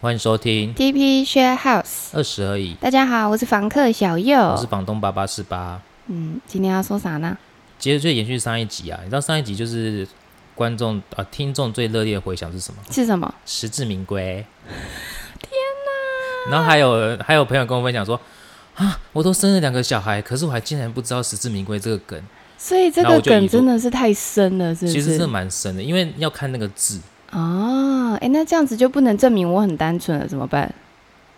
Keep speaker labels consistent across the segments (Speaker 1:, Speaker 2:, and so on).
Speaker 1: 欢迎收听
Speaker 2: TP Share House。
Speaker 1: 二十而已，
Speaker 2: 大家好，我是房客小
Speaker 1: 我
Speaker 2: 右
Speaker 1: 是。房东八八四八。
Speaker 2: 嗯，今天要说啥呢？
Speaker 1: 接着就延续上一集啊，你知道上一集就是观众啊、听众最热烈的回响是什么？
Speaker 2: 是什么？
Speaker 1: 实至名归。天哪！然后还有还有朋友跟我分享说啊，我都生了两个小孩，可是我还竟然不知道实至名归这个梗，
Speaker 2: 所以这
Speaker 1: 那我
Speaker 2: 个
Speaker 1: 就以
Speaker 2: 梗
Speaker 1: 作
Speaker 2: 真的是太深了，是不
Speaker 1: 其实是
Speaker 2: 是？
Speaker 1: 蛮深的，因为要看那个字。
Speaker 2: 啊，哎、那这样子就不能证明我很单纯了，怎么办？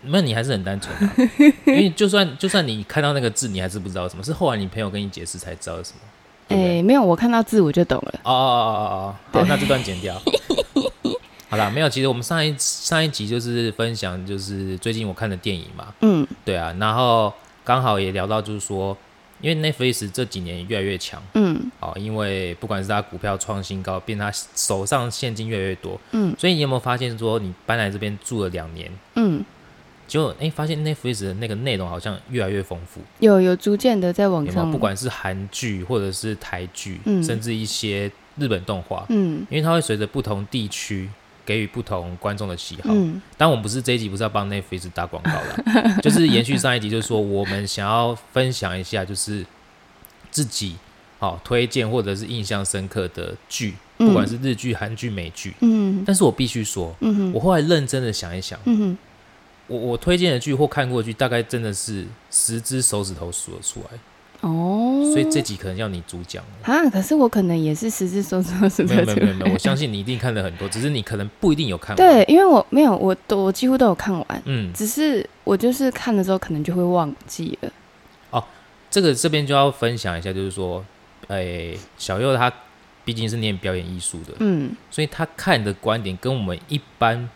Speaker 1: 那你还是很单纯、 啊，因为就算就算你看到那个字，你还是不知道什么，是后来你朋友跟你解释才知道是什么。
Speaker 2: 哎、
Speaker 1: 对不对
Speaker 2: 没有，我看到字我就懂了。
Speaker 1: 哦哦哦哦哦，好，那这段剪掉。 好啦，没有，其实我们上一上一集就是分享，就是最近我看的电影嘛，
Speaker 2: 嗯，
Speaker 1: 对啊，然后刚好也聊到就是说，因为 Netflix 这几年越来越强，
Speaker 2: 嗯，
Speaker 1: 哦，因为不管是它股票创新高，变它手上现金越来越多，
Speaker 2: 嗯，
Speaker 1: 所以你有没有发现说，你搬来这边住了两年，
Speaker 2: 嗯，
Speaker 1: 结果哎、发现 Netflix 的那个内容好像越来越丰富，
Speaker 2: 有有逐渐的在往
Speaker 1: 有没有？
Speaker 2: 上，
Speaker 1: 不，管是韩剧或者是台剧，
Speaker 2: 嗯
Speaker 1: 甚至一些日本动画，
Speaker 2: 嗯
Speaker 1: 因为它会随着不同地区给予不同观众的喜好。
Speaker 2: 嗯
Speaker 1: 但我们不是这一集不是要帮 Netflix 打广告 啦，就是延续上一集，就是说我们想要分享一下，就是自己好、推荐或者是印象深刻的剧，
Speaker 2: 嗯
Speaker 1: 不管是日剧、韩剧、美剧。
Speaker 2: 嗯
Speaker 1: 但是我必须说，
Speaker 2: 嗯哼
Speaker 1: 我后来认真的想一想，
Speaker 2: 嗯哼，
Speaker 1: 我我推荐的剧或看过的剧，大概真的是十只手指头数得出来，
Speaker 2: 哦，
Speaker 1: 所以这集可能要你主 讲了。
Speaker 2: 啊，可是我可能也是实质说说是
Speaker 1: 没有没有没有没有，我
Speaker 2: 有，
Speaker 1: 相信你一定看了很多，只是你可能不一定有看完。
Speaker 2: 对，，因为我没有，我都我几乎都有看完，
Speaker 1: 嗯，
Speaker 2: 只是我就是看了之后可能就会忘记了。
Speaker 1: 这个这边就要分享一下，就是说，诶、小右他毕竟是念表演艺术的，
Speaker 2: 嗯，
Speaker 1: 所以他看的观点跟我们一般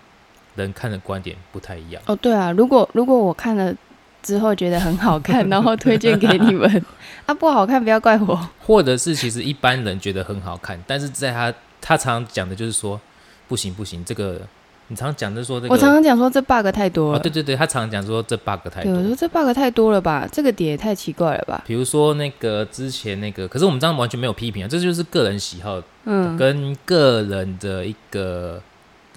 Speaker 1: 人看的观点不太一样。
Speaker 2: 哦，对啊，如果如果我看了之后觉得很好看，然后推荐给你们， 啊，不好看不要怪我。
Speaker 1: 或者是其实一般人觉得很好看，但是在他他常常讲的就是说，不行不行，这个你常讲的说这个，
Speaker 2: 我常常讲说这 bug 太多
Speaker 1: 哦
Speaker 2: 了，
Speaker 1: 对对对，他常讲说这 bug 太
Speaker 2: 对我
Speaker 1: 多
Speaker 2: 说。这 bug 啊太多了吧，这个点也太奇怪了吧，
Speaker 1: 比如说那个之前那个，可是我们这样完全没有批评啊，这就是个人喜好
Speaker 2: 嗯。
Speaker 1: 跟个人的一个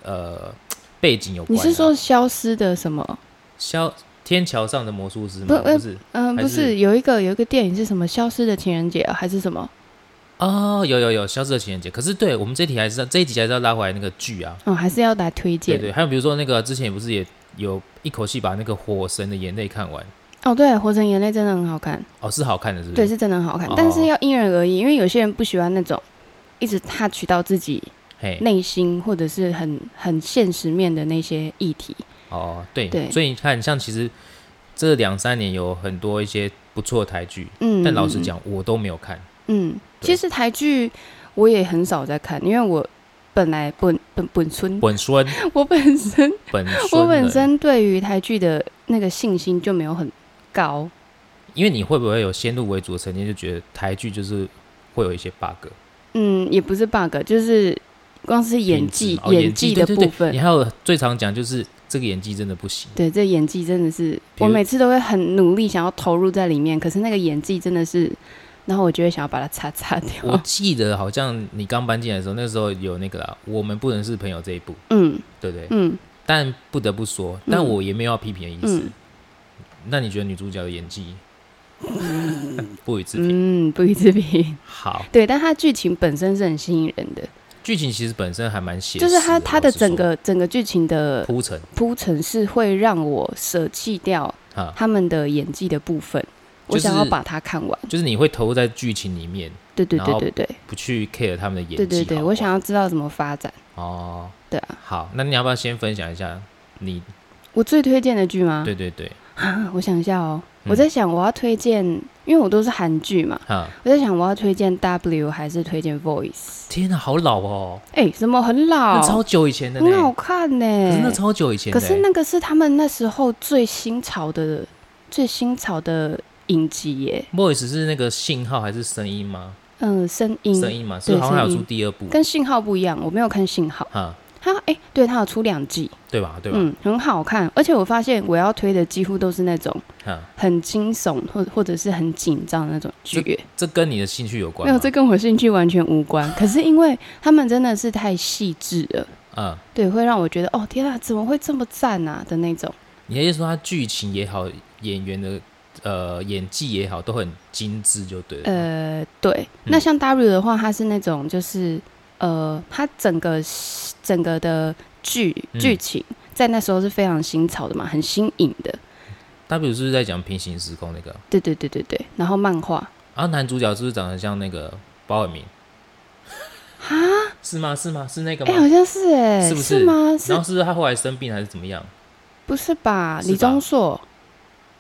Speaker 1: 呃背景有
Speaker 2: 你
Speaker 1: 关啊、
Speaker 2: 是说消失的什么？
Speaker 1: 消天桥上的魔术师
Speaker 2: 不
Speaker 1: 吗？
Speaker 2: 呃
Speaker 1: 不是
Speaker 2: 嗯，
Speaker 1: 还
Speaker 2: 不
Speaker 1: 是
Speaker 2: 是，有一个有一个电影是什么《消失的情人节》啊还是什么？
Speaker 1: 哦，有有有，消失的情人节。可是对我们这题还是要这一集还是要拉回来那个剧啊，
Speaker 2: 嗯，还是要来推
Speaker 1: 对
Speaker 2: 荐。
Speaker 1: 对。还有比如说那个之前也不是也有一口气把那个《火神的眼泪》看完，
Speaker 2: 哦，对，《活成眼泪》真的很好看，
Speaker 1: 哦，是好看的，是不
Speaker 2: 对，
Speaker 1: 是？
Speaker 2: 是真的很好看
Speaker 1: 哦，
Speaker 2: 但是要因人而异，因为有些人不喜欢那种一直 touch 到自己
Speaker 1: 嘿，
Speaker 2: 内心或者是很很现实面的那些议题。
Speaker 1: 哦，对
Speaker 2: 对
Speaker 1: 所以你看，像其实这两三年有很多一些不错的台剧，
Speaker 2: 嗯，
Speaker 1: 但老实，讲，我都没有看。
Speaker 2: 嗯，
Speaker 1: 对
Speaker 2: 其实台剧我也很少在看，因为我本来本本本村，
Speaker 1: 本 孙，
Speaker 2: 我本身
Speaker 1: 本孙，
Speaker 2: 我本，身对于台剧的那个信心就没有很高。
Speaker 1: 因为你会不会有先入为主的成见，就觉得台剧就是会有一些 bug？
Speaker 2: 嗯，也不是 bug，就是光是演
Speaker 1: 品
Speaker 2: 技
Speaker 1: 质、哦演
Speaker 2: 技
Speaker 1: 对
Speaker 2: 的
Speaker 1: 对
Speaker 2: 部
Speaker 1: 对
Speaker 2: 分
Speaker 1: 你。还有最常讲就是这个演技真的不行，
Speaker 2: 对，这演技真的是，
Speaker 1: 比如
Speaker 2: 我每次都会很努力想要投入在里面，可是那个演技真的是，然后我就会想要把它擦擦
Speaker 1: 我
Speaker 2: 掉。
Speaker 1: 记得好像你刚搬进来的时候，那时候有那个啦，我们不能是朋友这一部，
Speaker 2: 嗯
Speaker 1: 对不对？
Speaker 2: 嗯
Speaker 1: 但不得不说，但我也没有要批评的意思。
Speaker 2: 嗯
Speaker 1: 那你觉得女主角的演技 不予置评？
Speaker 2: 嗯，不予置评。
Speaker 1: 好，
Speaker 2: 对，但它剧情本身是很吸引人的，
Speaker 1: 剧情其实本身还蛮写实
Speaker 2: 就
Speaker 1: 的，
Speaker 2: 是它它
Speaker 1: 老
Speaker 2: 的
Speaker 1: 实
Speaker 2: 整
Speaker 1: 啊说
Speaker 2: 个整个剧情的
Speaker 1: 铺陈
Speaker 2: 铺陈是会让我舍弃掉
Speaker 1: 啊，
Speaker 2: 他们的演技的部分，我
Speaker 1: 就是
Speaker 2: 想要把它看完。
Speaker 1: 就是你会投入在剧情里面，
Speaker 2: 对对
Speaker 1: 然
Speaker 2: 对
Speaker 1: 后
Speaker 2: 对对
Speaker 1: 不去 care 他们的演技
Speaker 2: 对对
Speaker 1: 好啊
Speaker 2: 对，
Speaker 1: 不
Speaker 2: 我
Speaker 1: 好
Speaker 2: 想要知道怎么发展。
Speaker 1: 哦，
Speaker 2: 对啊，
Speaker 1: 好，那你要不要先分享一下你？
Speaker 2: 我最推荐的剧吗？
Speaker 1: 对对对，
Speaker 2: 啊，我想一下哦，
Speaker 1: 嗯
Speaker 2: 我在想我要推荐，因为我都是韩剧嘛，
Speaker 1: 哈，
Speaker 2: 我在想我要推荐 W 还是推荐 Voice？
Speaker 1: 天呐，好老哦，
Speaker 2: 哎、什么很
Speaker 1: 那
Speaker 2: 老，
Speaker 1: 超久以前的呢
Speaker 2: 很，好看呢、
Speaker 1: 可是那超久以前
Speaker 2: 可
Speaker 1: 的，欸
Speaker 2: 是那个是他们那时候最新潮的、最新潮的影集耶，
Speaker 1: voice 是那个信号还是声音吗？
Speaker 2: 嗯，声音
Speaker 1: 声音嘛，是不是
Speaker 2: 对
Speaker 1: 好像还有
Speaker 2: 声
Speaker 1: 出
Speaker 2: 音
Speaker 1: 第二部，
Speaker 2: 跟信号不一样，我没有看信号，
Speaker 1: 哈，
Speaker 2: 它哎、对，它有出两季，
Speaker 1: 对吧？对吧？
Speaker 2: 嗯，很好看，而且我发现我要推的几乎都是那种
Speaker 1: 哈，
Speaker 2: 很惊悚或或者是很紧张的那种剧耶。
Speaker 1: 这跟你的兴趣有关
Speaker 2: 没有，
Speaker 1: 吗？
Speaker 2: 这跟我兴趣完全无关。可是因为他们真的是太细致了，
Speaker 1: 嗯，
Speaker 2: 对，会让我觉得哦天啊，怎么会这么赞啊的那种。
Speaker 1: 你还是说它剧情也好，演员的呃演技也好，都很精致，就对嗯了。
Speaker 2: 呃，对，那像 W 的话，它是那种就是呃，它整个整个的剧
Speaker 1: 嗯
Speaker 2: 剧情在那时候是非常新潮的嘛，很新颖的。
Speaker 1: W 是不是在讲平行时空那个？
Speaker 2: 对对对对对，然后漫画
Speaker 1: 然后男主角是不是长得像那个包尔明？啊？ 是吗？是吗？是那个
Speaker 2: 哎、
Speaker 1: 吗？
Speaker 2: 好像是哎、
Speaker 1: 是不
Speaker 2: 是
Speaker 1: 是
Speaker 2: 吗？
Speaker 1: 然
Speaker 2: 是
Speaker 1: 后是不是他后来生病还是怎么样？
Speaker 2: 不是吧？
Speaker 1: 是吧
Speaker 2: 李钟硕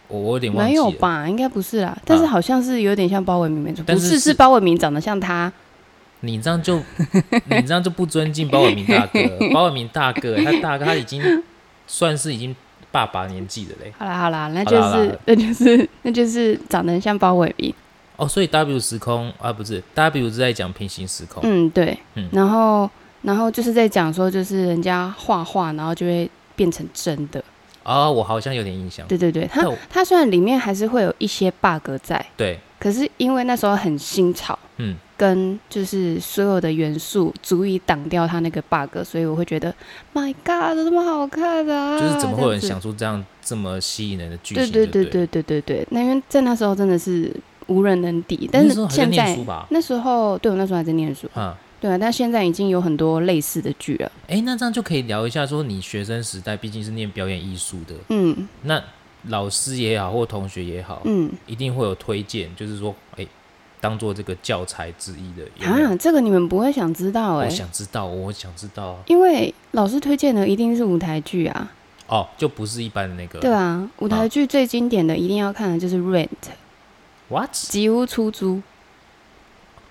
Speaker 1: 我我有点忘
Speaker 2: 没
Speaker 1: 记
Speaker 2: 有
Speaker 1: 了。
Speaker 2: 吧？应该不是啦，但是
Speaker 1: 啊
Speaker 2: 好像是有点像包伟明没错，
Speaker 1: 但
Speaker 2: 不
Speaker 1: 是
Speaker 2: 是是
Speaker 1: 是
Speaker 2: 包伟明长得像他，
Speaker 1: 你这样 就你这样就不尊敬包伟明大哥了。包伟明大哥，他大哥他已经算是已经爸爸年纪了嘞。
Speaker 2: 好啦好啦，那
Speaker 1: 好
Speaker 2: 就
Speaker 1: 啦好啦
Speaker 2: 是 那就是那就是长得很像包伟明，
Speaker 1: 哦，所以 W 时空啊，不是 W 是在讲平行时空。
Speaker 2: 嗯对，
Speaker 1: 嗯
Speaker 2: 然后然后就是在讲说就是人家画画，然后就会变成真的，
Speaker 1: 哦，我好像有点印象。
Speaker 2: 对对对，
Speaker 1: 但
Speaker 2: 它
Speaker 1: 我
Speaker 2: 它虽然里面还是会有一些 bug 在，
Speaker 1: 对，
Speaker 2: 可是因为那时候很新潮，
Speaker 1: 嗯，
Speaker 2: 跟就是所有的元素足以挡掉它那个 bug，所以我会觉得 My God，怎么好看啊！
Speaker 1: 就是怎么会有人
Speaker 2: 这样
Speaker 1: 想
Speaker 2: 子？
Speaker 1: 出这样这么吸引人的剧情？对
Speaker 2: 对对对
Speaker 1: 了
Speaker 2: 对对对对，那因为在那时候真的是无人能敌，但
Speaker 1: 那时候
Speaker 2: 是
Speaker 1: 还在
Speaker 2: 现
Speaker 1: 念
Speaker 2: 在
Speaker 1: 书吧？
Speaker 2: 那时候对我那时候还在念书，
Speaker 1: 啊，
Speaker 2: 对啊，但现在已经有很多类似的剧了。
Speaker 1: 哎，那这样就可以聊一下，说你学生时代毕竟是念表演艺术的，
Speaker 2: 嗯
Speaker 1: 那老师也好或同学也好，
Speaker 2: 嗯，
Speaker 1: 一定会有推荐，就是说，哎，当做这个教材之一的。有没有
Speaker 2: 啊，这个你们不会想知道哎、
Speaker 1: 我想知道，我想知道啊
Speaker 2: 因为老师推荐的一定是舞台剧啊，
Speaker 1: 哦，就不是一般的那个。
Speaker 2: 对啊，舞台剧最经典的一定要看的就是《Rent》
Speaker 1: What？
Speaker 2: 吉屋出租。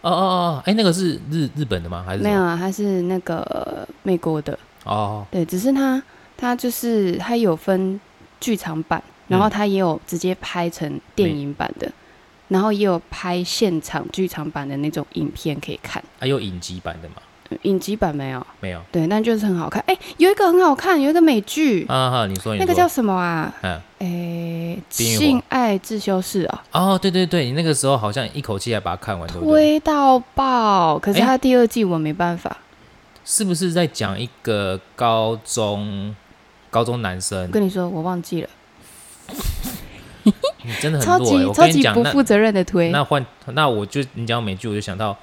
Speaker 1: 哦哦哦，哎，那个是日日本的吗？还是什
Speaker 2: 没
Speaker 1: 么
Speaker 2: 有？啊，他是那个美国的，
Speaker 1: 哦哦，
Speaker 2: 对，只是他他就是他有分剧场版，然
Speaker 1: 嗯
Speaker 2: 后他也有直接拍成电影版的，然后也有拍现场剧场版的那种影片可以看，
Speaker 1: 还啊有影集版的吗？
Speaker 2: 影集版没有，
Speaker 1: 没有。
Speaker 2: 对，但就是很好看。哎、有一个很好看，有一个美剧，
Speaker 1: 啊哈，你说你
Speaker 2: 那
Speaker 1: 说。
Speaker 2: 个叫什么啊？
Speaker 1: 嗯
Speaker 2: 哎、
Speaker 1: 冰与火
Speaker 2: 性爱自修室啊，
Speaker 1: 哦，对对对，你那个时候好像一口气还把它看完，对不对？
Speaker 2: 推到爆！可是
Speaker 1: 哎
Speaker 2: 他第二季我没办法，
Speaker 1: 是不是在讲一个高中高中男生
Speaker 2: 我？跟你说，我忘记了，
Speaker 1: 你真的很
Speaker 2: 超
Speaker 1: 弱、欸、
Speaker 2: 级
Speaker 1: 我
Speaker 2: 超
Speaker 1: 跟你
Speaker 2: 级
Speaker 1: 讲，
Speaker 2: 不
Speaker 1: 那
Speaker 2: 负责任的推。
Speaker 1: 那换那我就你讲美剧，我就想到《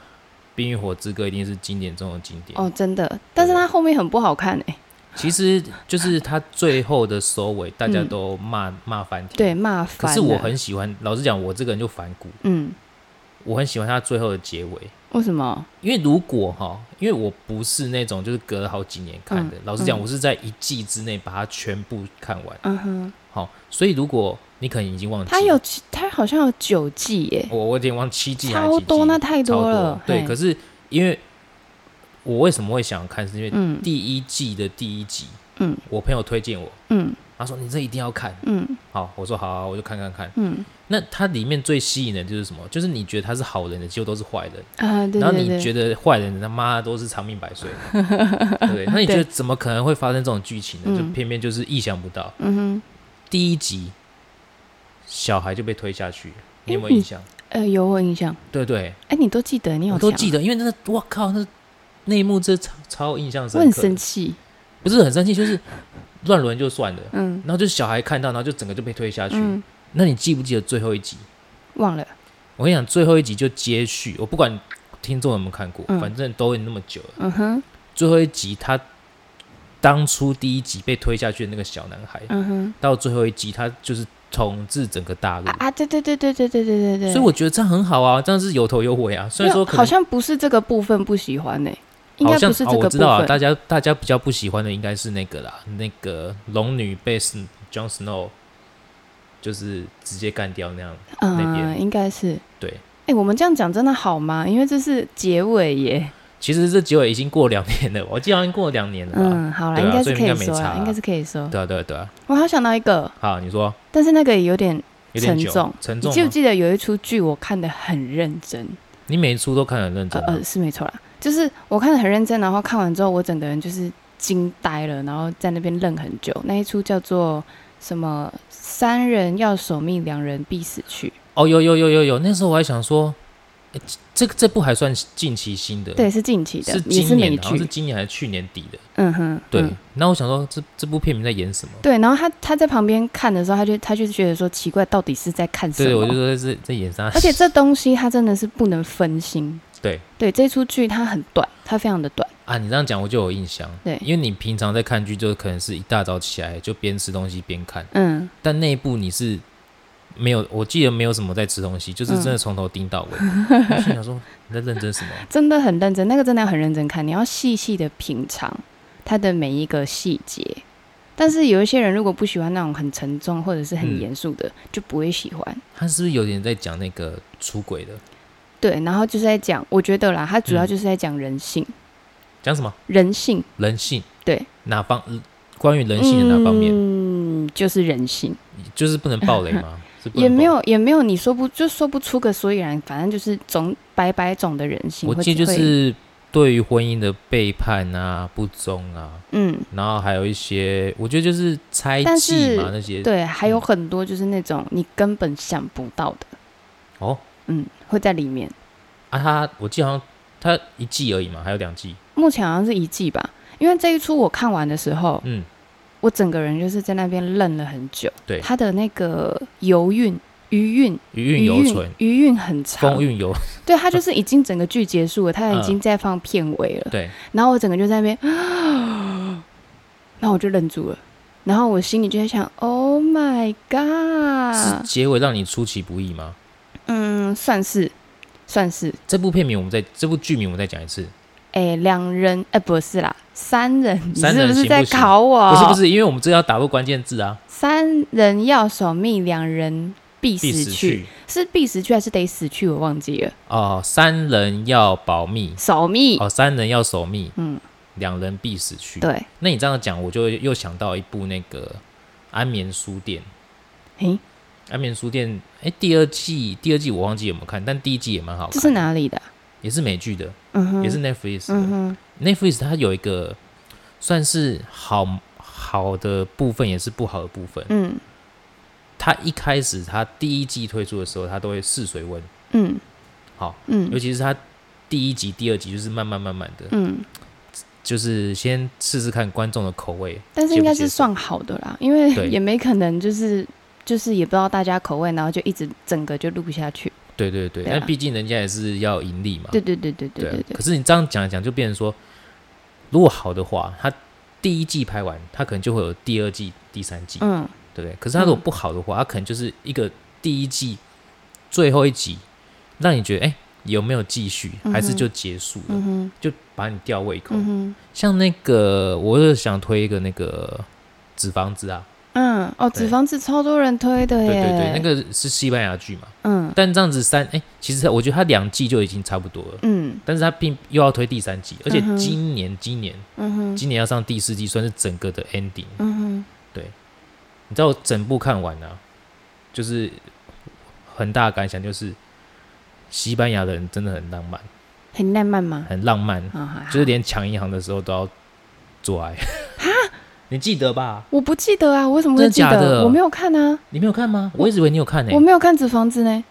Speaker 1: 冰与火之歌》一定是经典中的经典。
Speaker 2: 哦，真的，但是它后面很不好看哎、
Speaker 1: 其实就是他最后的收尾，大家
Speaker 2: 嗯
Speaker 1: 都骂骂翻天。
Speaker 2: 对，骂
Speaker 1: 可
Speaker 2: 烦。啊
Speaker 1: 是我，很喜欢，老实讲，我这个人就反骨，
Speaker 2: 嗯，
Speaker 1: 我很喜欢他最后的结尾。
Speaker 2: 为什么？
Speaker 1: 因为如果哈，因为我不是那种就是隔了好几年看的，
Speaker 2: 嗯
Speaker 1: 老实讲，
Speaker 2: 嗯
Speaker 1: 我是在一季之内把它全部看完。
Speaker 2: 嗯哼，
Speaker 1: 好、所以如果你可能已经忘记了，
Speaker 2: 它有七，它好像有九季耶、
Speaker 1: 我我有点忘七季还是
Speaker 2: 超
Speaker 1: 几
Speaker 2: 多，
Speaker 1: 季
Speaker 2: 那太
Speaker 1: 超多
Speaker 2: 了。
Speaker 1: 对，
Speaker 2: 嘿
Speaker 1: 可是因为我为什么会想看，是因为
Speaker 2: 嗯
Speaker 1: 第一季的第一集，
Speaker 2: 嗯
Speaker 1: 我朋友推荐我，
Speaker 2: 嗯
Speaker 1: 他说你这一定要看。
Speaker 2: 嗯
Speaker 1: 好，我说好、啊，我就看看看。
Speaker 2: 嗯
Speaker 1: 那它里面最吸引的就是什么？就是你觉得他是好人的，几乎都是坏人。
Speaker 2: 啊，对
Speaker 1: 然后
Speaker 2: 对
Speaker 1: 你
Speaker 2: 对，
Speaker 1: 觉得坏人他妈都是长命百岁， 对不对？那你觉得怎么可能会发生这种剧情呢？
Speaker 2: 嗯
Speaker 1: 就偏偏就是意想不到。
Speaker 2: 嗯
Speaker 1: 第一集，小孩就被推下去，你有没有
Speaker 2: 诶
Speaker 1: 印
Speaker 2: 你
Speaker 1: 象？
Speaker 2: 哼，呃，有我印象。
Speaker 1: 对对，
Speaker 2: 哎、你都记得，你好
Speaker 1: 我
Speaker 2: 强
Speaker 1: 都
Speaker 2: 啊，
Speaker 1: 记得，因为那个我靠，那那一幕真的超超印象
Speaker 2: 我
Speaker 1: 深
Speaker 2: 很
Speaker 1: 刻
Speaker 2: 生
Speaker 1: 的。
Speaker 2: 气。
Speaker 1: 不是很生气，就是乱伦就算了，
Speaker 2: 嗯
Speaker 1: 然后就是小孩看到，然后就整个就被推下去。
Speaker 2: 嗯，
Speaker 1: 那你记不记得最后一集？
Speaker 2: 忘了。
Speaker 1: 我跟你讲，最后一集就接续，我不管听众有没有看过，
Speaker 2: 嗯
Speaker 1: 反正都已经那么久了。
Speaker 2: 嗯哼
Speaker 1: 最后一集他当初第一集被推下去的那个小男孩，
Speaker 2: 嗯哼，
Speaker 1: 到最后一集他就是统治整个大陆
Speaker 2: 啊，啊，对对对对对对对对对。
Speaker 1: 所以我觉得这样很好啊，这样是有头有尾啊。虽
Speaker 2: 没
Speaker 1: 然说
Speaker 2: 有
Speaker 1: 可
Speaker 2: 好
Speaker 1: 能
Speaker 2: 像不是这个部分不喜欢呢、应
Speaker 1: 好
Speaker 2: 该
Speaker 1: 像
Speaker 2: 不是这
Speaker 1: 哦，
Speaker 2: 个
Speaker 1: 我
Speaker 2: 部
Speaker 1: 知道啊，
Speaker 2: 分。
Speaker 1: 大家大家比较不喜欢的应该是那个啦，那个龙女被 Sn- Jon Snow 就是直接干掉那样。那边
Speaker 2: 嗯，应该是。
Speaker 1: 对，
Speaker 2: 哎、我们这样讲真的好吗？因为这是结尾耶。
Speaker 1: 其实这结尾已经过两年了，我记得好像过两年了吧？
Speaker 2: 嗯，好啦，
Speaker 1: 对啊
Speaker 2: 应该
Speaker 1: 所
Speaker 2: 是
Speaker 1: 以
Speaker 2: 可
Speaker 1: 应该没
Speaker 2: 说
Speaker 1: 差
Speaker 2: 啦
Speaker 1: 啊，
Speaker 2: 应该是可以说。
Speaker 1: 对啊，对啊，对啊。
Speaker 2: 我还想到一个，
Speaker 1: 好，你说
Speaker 2: 但是那个也有点，
Speaker 1: 有点久
Speaker 2: 沉重，
Speaker 1: 沉
Speaker 2: 你
Speaker 1: 重
Speaker 2: 记不
Speaker 1: 吗？
Speaker 2: 记得有一出剧我看的很认真？
Speaker 1: 你每一出都看得很认
Speaker 2: 呃
Speaker 1: 真啊、
Speaker 2: 呃，是没错啦，就是我看的很认真，然后看完之后我整个人就是惊呆了，然后在那边愣很久。那一出叫做什么？三人要守命，两人必死去。
Speaker 1: 哦，有有有有有，那时候我还想说，哎、这这部还算近期新的，
Speaker 2: 对，是近期的，
Speaker 1: 是
Speaker 2: 也是
Speaker 1: 今
Speaker 2: 美
Speaker 1: 年，好像
Speaker 2: 剧
Speaker 1: 是，今年还是去年底的。
Speaker 2: 嗯哼，
Speaker 1: 对
Speaker 2: 嗯，
Speaker 1: 那、我想说，这这部片名在演什么？
Speaker 2: 对。然后他他在旁边看的时候，他就他就觉得说奇怪，到底是在看什
Speaker 1: 对，
Speaker 2: 么？
Speaker 1: 我就说这这演啥？
Speaker 2: 而且这东西它真的是不能分心。
Speaker 1: 对
Speaker 2: 对，这出剧它很短，它非常的短。
Speaker 1: 啊，你这样讲我就有印象。
Speaker 2: 对
Speaker 1: 因为你平常在看剧，就可能是一大早起来就边吃东西边看，
Speaker 2: 嗯，
Speaker 1: 但那一部你是没有，我记得没有什么在吃东西，就是真
Speaker 2: 嗯
Speaker 1: 的从头盯到尾。我心想说你在认真什么？
Speaker 2: 真的很认真，那个真的要很认真看，你要细细的品尝它的每一个细节。但是有一些人如果不喜欢那种很沉重或者是很
Speaker 1: 嗯
Speaker 2: 严肃的，就不会喜欢。
Speaker 1: 他是不是有点在讲那个出轨的？
Speaker 2: 对，然后就是在讲，我觉得啦，它主
Speaker 1: 嗯
Speaker 2: 要就是在讲人性，
Speaker 1: 讲什么
Speaker 2: 人性
Speaker 1: 人性？
Speaker 2: 对，
Speaker 1: 哪方？嗯关于人性的哪方面？
Speaker 2: 嗯，就是人性，
Speaker 1: 就是不能暴雷 吗？是不能
Speaker 2: 也没
Speaker 1: 爆
Speaker 2: 有也没有，你说不就说不出个所以然，反正就是种百百种的人性。
Speaker 1: 我
Speaker 2: 会
Speaker 1: 记得就
Speaker 2: 会
Speaker 1: 是对于婚姻的背叛啊、不忠啊，
Speaker 2: 嗯，
Speaker 1: 然后还有一些，我觉得就是猜
Speaker 2: 但
Speaker 1: 忌
Speaker 2: 是
Speaker 1: 嘛那些。
Speaker 2: 对，还有
Speaker 1: 嗯
Speaker 2: 很多就是那种你根本想不到的，
Speaker 1: 哦
Speaker 2: 嗯，会在里面。
Speaker 1: 啊，他我记得好像他一季而已嘛，还有两季。
Speaker 2: 目前好像是一季吧，因为这一出我看完的时候，
Speaker 1: 嗯，
Speaker 2: 我整个人就是在那边愣了很久。
Speaker 1: 对
Speaker 2: 他的那个游韵、余韵、
Speaker 1: 余韵犹存，
Speaker 2: 余韵很长
Speaker 1: 风。韵犹
Speaker 2: 对，他就是已经整个剧 结束了，他已
Speaker 1: 嗯
Speaker 2: 经在放片尾了。
Speaker 1: 对。
Speaker 2: 然后我整个就在那边， 然后我就愣住了，然后我心里就在想，Oh my
Speaker 1: 是
Speaker 2: god，
Speaker 1: 结尾让你出其不意吗？
Speaker 2: 嗯，算是，算是，
Speaker 1: 这部片名我们再这部剧名我们再讲一次，
Speaker 2: 哎，两人，哎，不是啦，三人，你
Speaker 1: 三
Speaker 2: 是
Speaker 1: 人
Speaker 2: 不是
Speaker 1: 行
Speaker 2: 在
Speaker 1: 不行
Speaker 2: 考我？
Speaker 1: 不是不，是，因为我们这要打入关键字啊，
Speaker 2: 三人要守密，两人必
Speaker 1: 必
Speaker 2: 死
Speaker 1: 死去
Speaker 2: 是必死去还是得死去？我忘记了，
Speaker 1: 哦，三人要保密
Speaker 2: 守密，
Speaker 1: 哦，三人要守密，
Speaker 2: 嗯，
Speaker 1: 两人必死去。
Speaker 2: 对，
Speaker 1: 那你这样讲，我就又想到一部那个《安眠书店》。
Speaker 2: 诶，
Speaker 1: 《安眠书店》哎，第二季第二季我忘记有没有看，但第一季也蛮好看。
Speaker 2: 这是？哪里的啊？
Speaker 1: 也是美剧的，
Speaker 2: 嗯哼，
Speaker 1: 也是 Netflix 的。
Speaker 2: 嗯哼，
Speaker 1: Netflix 它有一个算是好好的部分，也是不好的部分。
Speaker 2: 嗯
Speaker 1: 它一开始它第一季推出的时候，它都会试水温，
Speaker 2: 嗯，
Speaker 1: 好，尤
Speaker 2: 嗯
Speaker 1: 其是它第一集、第二集，就是慢慢慢慢的，
Speaker 2: 嗯，
Speaker 1: 就是先试试看观众的口味。
Speaker 2: 但是
Speaker 1: 接
Speaker 2: 应
Speaker 1: 不
Speaker 2: 该
Speaker 1: 接
Speaker 2: 是
Speaker 1: 受
Speaker 2: 算好的啦，因为
Speaker 1: 对
Speaker 2: 也没可能就是就是也不知道大家口味，然后就一直整个就录下去。
Speaker 1: 对对对，
Speaker 2: 对
Speaker 1: 但
Speaker 2: 啊
Speaker 1: 毕竟人家也是要盈利嘛。
Speaker 2: 对对对对对
Speaker 1: 啊
Speaker 2: 对对
Speaker 1: 可，是你这样讲一讲，就变成说，如果好的话，它第一季拍完，它可能就会有第二季、第三季，
Speaker 2: 嗯
Speaker 1: 对不对？可是它如果
Speaker 2: 嗯
Speaker 1: 不好的话，它可能就是一个第一季最后一集，让你觉得哎、有没有继续，还是
Speaker 2: 嗯哼
Speaker 1: 就结束了，
Speaker 2: 嗯哼
Speaker 1: 就把你吊胃口。
Speaker 2: 嗯哼
Speaker 1: 像那个，我是想推一个那个纸房子啊，
Speaker 2: 嗯，哦，
Speaker 1: 对
Speaker 2: 脂肪子超多人推的
Speaker 1: 对
Speaker 2: 耶，
Speaker 1: 对对，那个是西班牙剧嘛。
Speaker 2: 嗯
Speaker 1: 但这样子三哎、其实我觉得它两季就已经差不多了，
Speaker 2: 嗯
Speaker 1: 但是它并又要推第三季，而且
Speaker 2: 嗯哼
Speaker 1: 今年、今年
Speaker 2: 嗯哼
Speaker 1: 今年要上第四季，算是整个的 ending。
Speaker 2: 嗯哼，
Speaker 1: 你知道我整部看完啊，就是很大的感想就是，西班牙的人真的很浪漫，
Speaker 2: 很浪漫吗？
Speaker 1: 很浪漫，
Speaker 2: 啊，好
Speaker 1: 就是连抢银行的时候都要做爱。 你记得吧？
Speaker 2: 我不记得啊，我为什么会
Speaker 1: 真的
Speaker 2: 记
Speaker 1: 假的
Speaker 2: 得？我没有看啊，
Speaker 1: 你没有看吗？我一直以为你有看呢、
Speaker 2: 我没有看纸房子呢，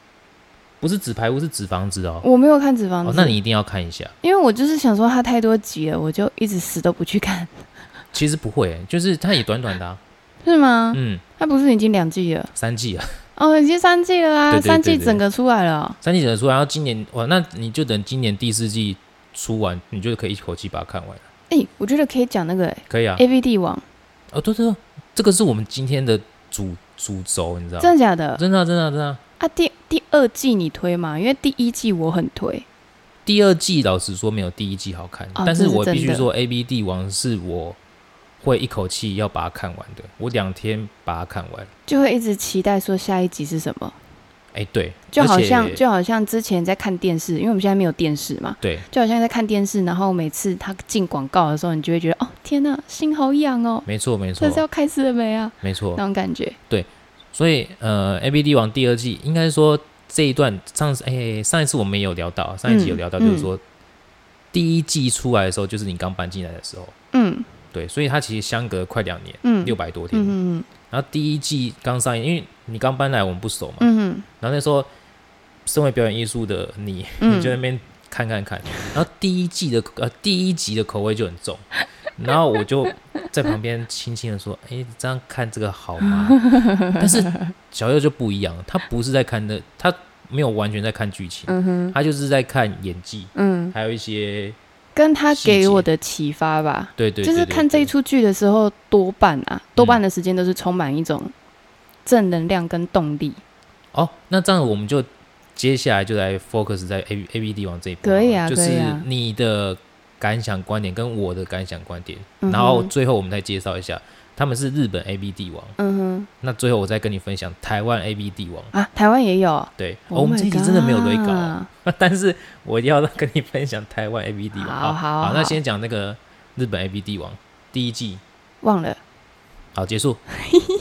Speaker 1: 不是纸牌屋，是纸房子哦。
Speaker 2: 我没有看纸房
Speaker 1: 哦
Speaker 2: 子，，
Speaker 1: 那你一定要看一下。
Speaker 2: 因为我就是想说它太多集了，我就一直死都不去看，
Speaker 1: 其实不会、就是它也短短的、啊，
Speaker 2: 是吗？
Speaker 1: 嗯，
Speaker 2: 它不是已经两季了？
Speaker 1: 三季啊，
Speaker 2: 哦，已经三季了啊，
Speaker 1: 对对对
Speaker 2: 三季
Speaker 1: 对
Speaker 2: 整个出来了哦。
Speaker 1: 三季整出来，然后今年哇，那你就等今年第四季出完，你就可以一口气把它看完了，
Speaker 2: 哎、我觉得可以讲那个、欸
Speaker 1: 可以啊。
Speaker 2: A V 帝王，
Speaker 1: 哦，对对，对这个是我们今天的主主轴，你知道吗？
Speaker 2: 真的假的？
Speaker 1: 真的啊、真的啊、真的啊、
Speaker 2: 啊，第第二季你推嘛？因为第一季我很推，
Speaker 1: 第二季老实说没有第一季好看，
Speaker 2: 哦
Speaker 1: 但是
Speaker 2: 这是
Speaker 1: 我必须
Speaker 2: 真的
Speaker 1: 说，《A B 帝王》是我会一口气要把它看完的，我两天把它看完。
Speaker 2: 就会一直期待说下一集是什么，
Speaker 1: 哎，对，
Speaker 2: 就
Speaker 1: 而
Speaker 2: 好
Speaker 1: 且
Speaker 2: 像就好像之前在看电视，因为我们现在没有电视嘛，
Speaker 1: 对，
Speaker 2: 就好像在看电视，然后每次他进广告的时候，你就会觉得哦，天呐，心好痒哦，
Speaker 1: 没错没错
Speaker 2: 这是要开始了没啊？
Speaker 1: 没错
Speaker 2: 那。种感觉，
Speaker 1: 所以呃，《A B 帝王》第二季应该说这一段上次哎上一次我们也有聊到，上一集有聊到，
Speaker 2: 嗯
Speaker 1: 就是说、第一季出来的时候，就是你刚搬进来的时候，
Speaker 2: 嗯
Speaker 1: 对，所以它其实相隔快两年，
Speaker 2: 嗯，
Speaker 1: 六百多天。
Speaker 2: 嗯嗯
Speaker 1: 哦然后第一季刚上映，因为你刚搬来，我们不熟嘛。
Speaker 2: 嗯嗯
Speaker 1: 然后那时候身为表演艺术的你，
Speaker 2: 嗯
Speaker 1: 你就在那边看看看。然后第一季的呃第一集的口味就很重，然后我就在旁边轻轻的说：“哎、这样看这个好吗？” 但是小右就不一样，他不是在看那，他没有完全在看剧情，
Speaker 2: 嗯哼，
Speaker 1: 他就是在看演技，
Speaker 2: 嗯，
Speaker 1: 还有一些
Speaker 2: 跟他
Speaker 1: 细
Speaker 2: 给
Speaker 1: 节
Speaker 2: 我的启发吧，
Speaker 1: 对对对
Speaker 2: 就是
Speaker 1: 对嗯
Speaker 2: 看这
Speaker 1: 对
Speaker 2: 一出剧的时候，多半啊，多半的时间都是充满一种正能量跟动力。
Speaker 1: 哦，那这样我们就接下来就来 focus 在 A A B 帝王这一波，
Speaker 2: 可以啊
Speaker 1: 就
Speaker 2: 可以
Speaker 1: 是
Speaker 2: 啊
Speaker 1: 你的感想观点跟我的感想观点，
Speaker 2: 嗯哼
Speaker 1: 然后最后我们再介绍一下他们是日本 A B 帝王，
Speaker 2: 嗯
Speaker 1: 那最后我再跟你分享台湾 A B 帝王。
Speaker 2: 哼，啊，台湾也有啊，
Speaker 1: 对，哦
Speaker 2: Oh
Speaker 1: 我们这一
Speaker 2: my
Speaker 1: 集真的没有雷稿啊，
Speaker 2: god
Speaker 1: 但是我一定要跟你分享台湾 A B 帝王。
Speaker 2: 好好
Speaker 1: 好，那
Speaker 2: 好
Speaker 1: 先讲那个日本 A B 帝王第一季，
Speaker 2: 忘了，
Speaker 1: 好结 束，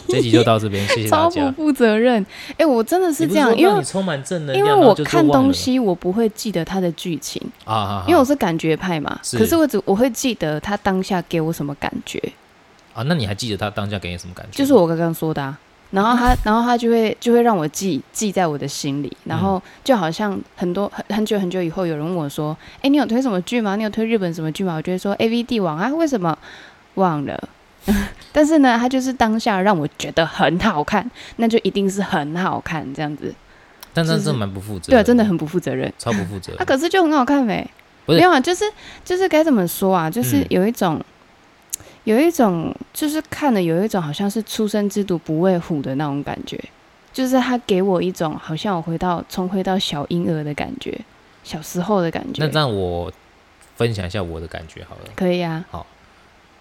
Speaker 1: 这集就到这边，谢谢大
Speaker 2: 超不
Speaker 1: 家。
Speaker 2: 负责任。哎、我真的是
Speaker 1: 你不
Speaker 2: 这样，
Speaker 1: 说
Speaker 2: 因
Speaker 1: 让
Speaker 2: 为
Speaker 1: 你充满正能
Speaker 2: 因
Speaker 1: 量，
Speaker 2: 为
Speaker 1: 然后
Speaker 2: 我
Speaker 1: 就说
Speaker 2: 看
Speaker 1: 忘
Speaker 2: 东
Speaker 1: 了
Speaker 2: 西，我不会记得它的剧情，
Speaker 1: 啊啊，啊
Speaker 2: 因为我是感觉派嘛。
Speaker 1: 是
Speaker 2: 可是我只我会记得他当下给我什么感觉，
Speaker 1: 啊，那你还记得他当下给你什么感觉吗？
Speaker 2: 就是我刚刚说的、啊。然后他，然后他就会就会让我记记在我的心里，然后
Speaker 1: 嗯
Speaker 2: 就好像很多很很久很久以后，有人问我说：“哎，你有推什么剧吗？你有推日本什么剧吗？”我就会说：“A V 帝王啊，为什么忘了？” 但是呢，他就是当下让我觉得很好看，那就一定是很好看这样子。
Speaker 1: 但那
Speaker 2: 就是
Speaker 1: 真的蛮不负责，
Speaker 2: 对啊，真的很不负责任。
Speaker 1: 超不负责
Speaker 2: 啊，。可是就很好看呗、
Speaker 1: 不是
Speaker 2: 没有啊，就是就是该怎么说啊？就是
Speaker 1: 嗯
Speaker 2: 有一种，有一种，就是看了有一种好像是初生之犊不畏虎的那种感觉，就是他给我一种好像我回到重回到小婴儿的感觉，小时候的感
Speaker 1: 那
Speaker 2: 觉。
Speaker 1: 让我分享一下我的感觉好了，
Speaker 2: 可以啊，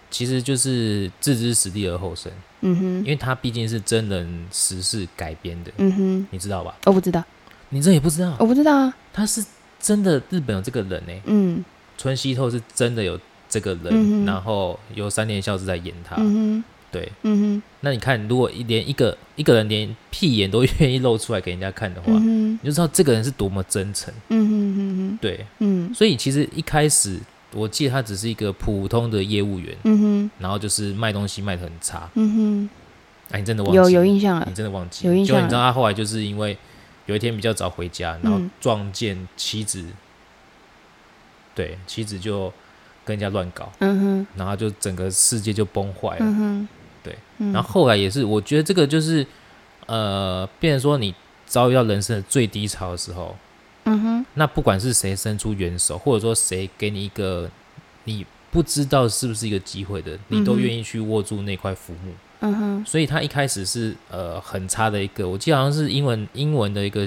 Speaker 1: 其实就是置之死地而后生，
Speaker 2: 嗯
Speaker 1: 因
Speaker 2: 哼，
Speaker 1: 为它毕竟是真人实事改编的，
Speaker 2: 嗯哼，
Speaker 1: 你知道吧？
Speaker 2: 我不知道，
Speaker 1: 你这也不知道
Speaker 2: 我，不知道啊，
Speaker 1: 他是真的日本有这个人呢，
Speaker 2: 嗯
Speaker 1: 村西透是真的有这个人，
Speaker 2: 嗯哼
Speaker 1: 然后由三田孝之在演他。
Speaker 2: 嗯哼，
Speaker 1: 对，
Speaker 2: 嗯哼，
Speaker 1: 那你看，如果一连一个一个人连屁眼都 愿意露出来给人家看的话，
Speaker 2: 嗯哼，
Speaker 1: 你就知道这个人是多么真诚。
Speaker 2: 嗯哼，嗯哼，
Speaker 1: 对，
Speaker 2: 嗯
Speaker 1: 所以其实一开始，我记得他只是一个普通的业务员，
Speaker 2: 嗯哼，
Speaker 1: 然后就是卖东西卖的很差。
Speaker 2: 嗯
Speaker 1: 哎，你真的忘
Speaker 2: 哼，
Speaker 1: 记了？
Speaker 2: 有有印象了
Speaker 1: 你，真的忘记了？
Speaker 2: 有印
Speaker 1: 就
Speaker 2: 象
Speaker 1: 你知道他后来就是因为有一天比较早回家，然后
Speaker 2: 嗯
Speaker 1: 撞见妻子，对，妻子就跟人家乱搞，
Speaker 2: 嗯哼，
Speaker 1: 然后就整个世界就崩坏了。
Speaker 2: 嗯哼，
Speaker 1: 哎对
Speaker 2: 嗯，
Speaker 1: 然后后来也是，我觉得这个就是呃，变成说你遭遇到人生的最低潮的时候，
Speaker 2: 嗯哼，
Speaker 1: 那不管是谁伸出援手，或者说谁给你一个你不知道是不是一个机会的，你都
Speaker 2: 嗯哼
Speaker 1: 愿意去握住那块浮木。
Speaker 2: 嗯哼，
Speaker 1: 所以他一开始是呃很差的一个，我记得好像是英文英文的一个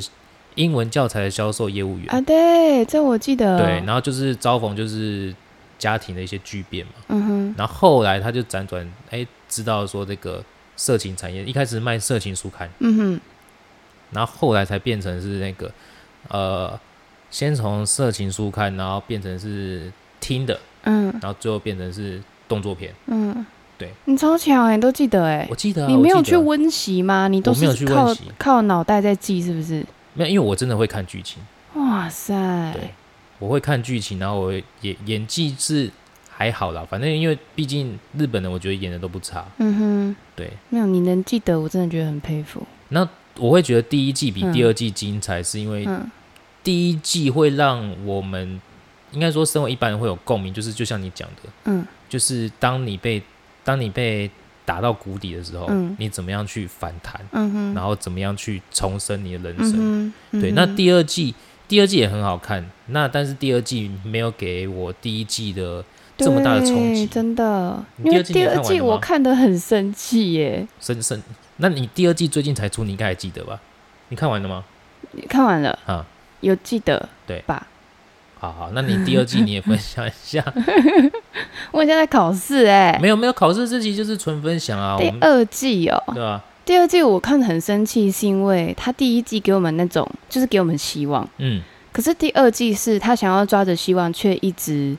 Speaker 1: 英文教材的销售业务员，
Speaker 2: 啊，对，啊这我记得。
Speaker 1: 对，然后就是遭逢就是家庭的一些巨变嘛，
Speaker 2: 嗯哼，
Speaker 1: 然后后来他就辗转哎、知道说这个色情产业，一开始卖色情书刊，
Speaker 2: 嗯哼，
Speaker 1: 然后后来才变成是那个呃，先从色情书看，然后变成是听的，
Speaker 2: 嗯
Speaker 1: 然后最后变成是动作片。
Speaker 2: 嗯，
Speaker 1: 对，
Speaker 2: 你超强哎、你都记得哎、
Speaker 1: 我记得啊、
Speaker 2: 你
Speaker 1: 我
Speaker 2: 没有
Speaker 1: 记
Speaker 2: 去
Speaker 1: 得啊，
Speaker 2: 温习吗？你都
Speaker 1: 我没有
Speaker 2: 是
Speaker 1: 去
Speaker 2: 靠
Speaker 1: 温习
Speaker 2: 靠脑袋在记是不是？
Speaker 1: 没有，因为我真的会看剧情，
Speaker 2: 哇塞，
Speaker 1: 对我会看剧情，然后我演演技是还好啦，反正因为毕竟日本人，我觉得演的都不差。
Speaker 2: 嗯哼，
Speaker 1: 对，
Speaker 2: 没有你能记得，我真的觉得很佩服。
Speaker 1: 我会觉得第一季比
Speaker 2: 嗯
Speaker 1: 第二季精彩，是因为
Speaker 2: 嗯
Speaker 1: 第一季会让我们应该说身为一般人会有共鸣，就是就像你讲的，
Speaker 2: 嗯
Speaker 1: 就是当你被当你被打到谷底的时候，
Speaker 2: 嗯
Speaker 1: 你怎么样去反弹，
Speaker 2: 嗯哼，
Speaker 1: 然后怎么样去重生你的人
Speaker 2: 嗯
Speaker 1: 生？
Speaker 2: 哼，嗯
Speaker 1: 对，那
Speaker 2: 哼
Speaker 1: 第二季第二季也很好看，那但是第二季没有给我第一季的这么大的冲击
Speaker 2: 对真的，
Speaker 1: 你
Speaker 2: 因
Speaker 1: 第
Speaker 2: 为
Speaker 1: 二季你有看完
Speaker 2: 第二季
Speaker 1: 了
Speaker 2: 我
Speaker 1: 吗
Speaker 2: 看得很生气耶、
Speaker 1: 深深。那你第二季最近才出，你应该还记得吧？你看完了吗？
Speaker 2: 你看完了
Speaker 1: 啊，
Speaker 2: 有记得
Speaker 1: 对
Speaker 2: 吧？
Speaker 1: 好好，那你第二 季你也分享一下。
Speaker 2: 我现在在考试哎、
Speaker 1: 没有没有，考试这集就是纯分享啊，
Speaker 2: 第
Speaker 1: 我们
Speaker 2: 二季哦、
Speaker 1: 对吧？
Speaker 2: 第二季我看得很生气，是因为他第一季给我们那种就是给我们希望，
Speaker 1: 嗯，
Speaker 2: 可是第二季是他想要抓着希望，却一直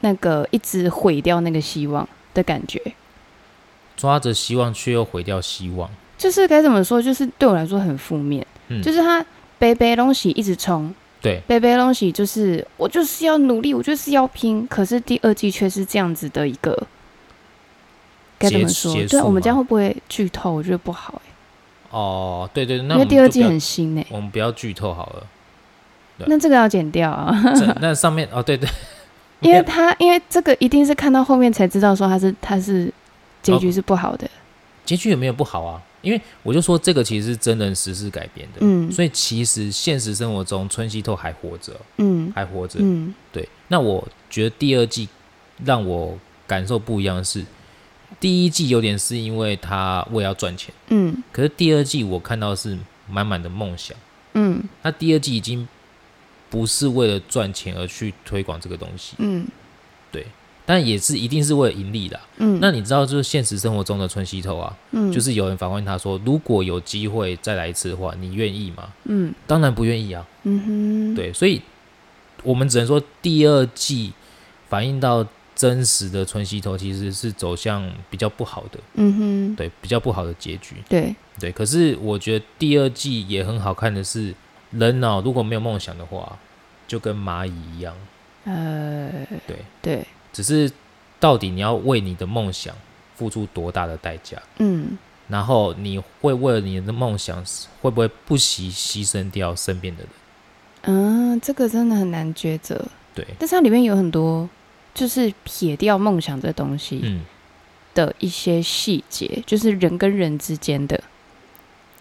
Speaker 2: 那个一直毁掉那个希望的感觉。
Speaker 1: 抓着希望却又毁掉希望。
Speaker 2: 就是该怎么说，就是对我来说很负面，
Speaker 1: 嗯
Speaker 2: 就是他背背东西一直冲，
Speaker 1: 对，
Speaker 2: 背背东西就是我就是要努力，我就是要拼。可是第二季却是这样子的一个。该怎么
Speaker 1: 结
Speaker 2: 说
Speaker 1: 结？束
Speaker 2: 对啊，我们
Speaker 1: 吗
Speaker 2: 这样会不会剧透？我觉得不好、欸、
Speaker 1: 哦，对对，那
Speaker 2: 因
Speaker 1: 我
Speaker 2: 为
Speaker 1: 们
Speaker 2: 第
Speaker 1: 就
Speaker 2: 二
Speaker 1: 不
Speaker 2: 季
Speaker 1: 要
Speaker 2: 很新欸呢、
Speaker 1: 我们不要剧透好了。 对
Speaker 2: 那这个要剪掉 啊，
Speaker 1: 这那上面哦，对对，
Speaker 2: 因为他因为这个一定是看到后面才知道说他是他是结局是不好的，
Speaker 1: 结局也没有不好啊，因为我就说这个其实是真人实事改编的，
Speaker 2: 嗯
Speaker 1: 所以其实现实生活中春熙透还活着，
Speaker 2: 嗯
Speaker 1: 还活着。
Speaker 2: 嗯
Speaker 1: 对，那我觉得第二季让我感受不一样的是，第一季有点是因为他为了要赚钱，
Speaker 2: 嗯
Speaker 1: 可是第二季我看到的是满满的梦想。
Speaker 2: 嗯
Speaker 1: 那第二季已经不是为了赚钱而去推广这个东西，
Speaker 2: 嗯
Speaker 1: 但也是一定是为了盈利的啊、
Speaker 2: 嗯，
Speaker 1: 那你知道，就是现实生活中的春熙透啊，
Speaker 2: 嗯
Speaker 1: 就是有人反问他说，如果有机会再来一次的话，你愿意吗？
Speaker 2: 嗯
Speaker 1: 当然不愿意啊。
Speaker 2: 嗯哼，
Speaker 1: 对，所以我们只能说第二季反映到真实的春熙透其实是走向比较不好的，
Speaker 2: 嗯哼
Speaker 1: 对，比较不好的结局。
Speaker 2: 对
Speaker 1: 对，可是我觉得第二季也很好看的是，人哦如果没有梦想的话，就跟蚂蚁一样，
Speaker 2: 呃
Speaker 1: 对，
Speaker 2: 对
Speaker 1: 只是到底你要为你的梦想付出多大的代价，
Speaker 2: 嗯
Speaker 1: 然后你会为了你的梦想会不会不惜牺牲掉身边的人？
Speaker 2: 嗯，这个真的很难抉择，
Speaker 1: 对，
Speaker 2: 但是它里面有很多就是撇掉梦想这东西
Speaker 1: 嗯，
Speaker 2: 的一些细节，就是人跟人之间的，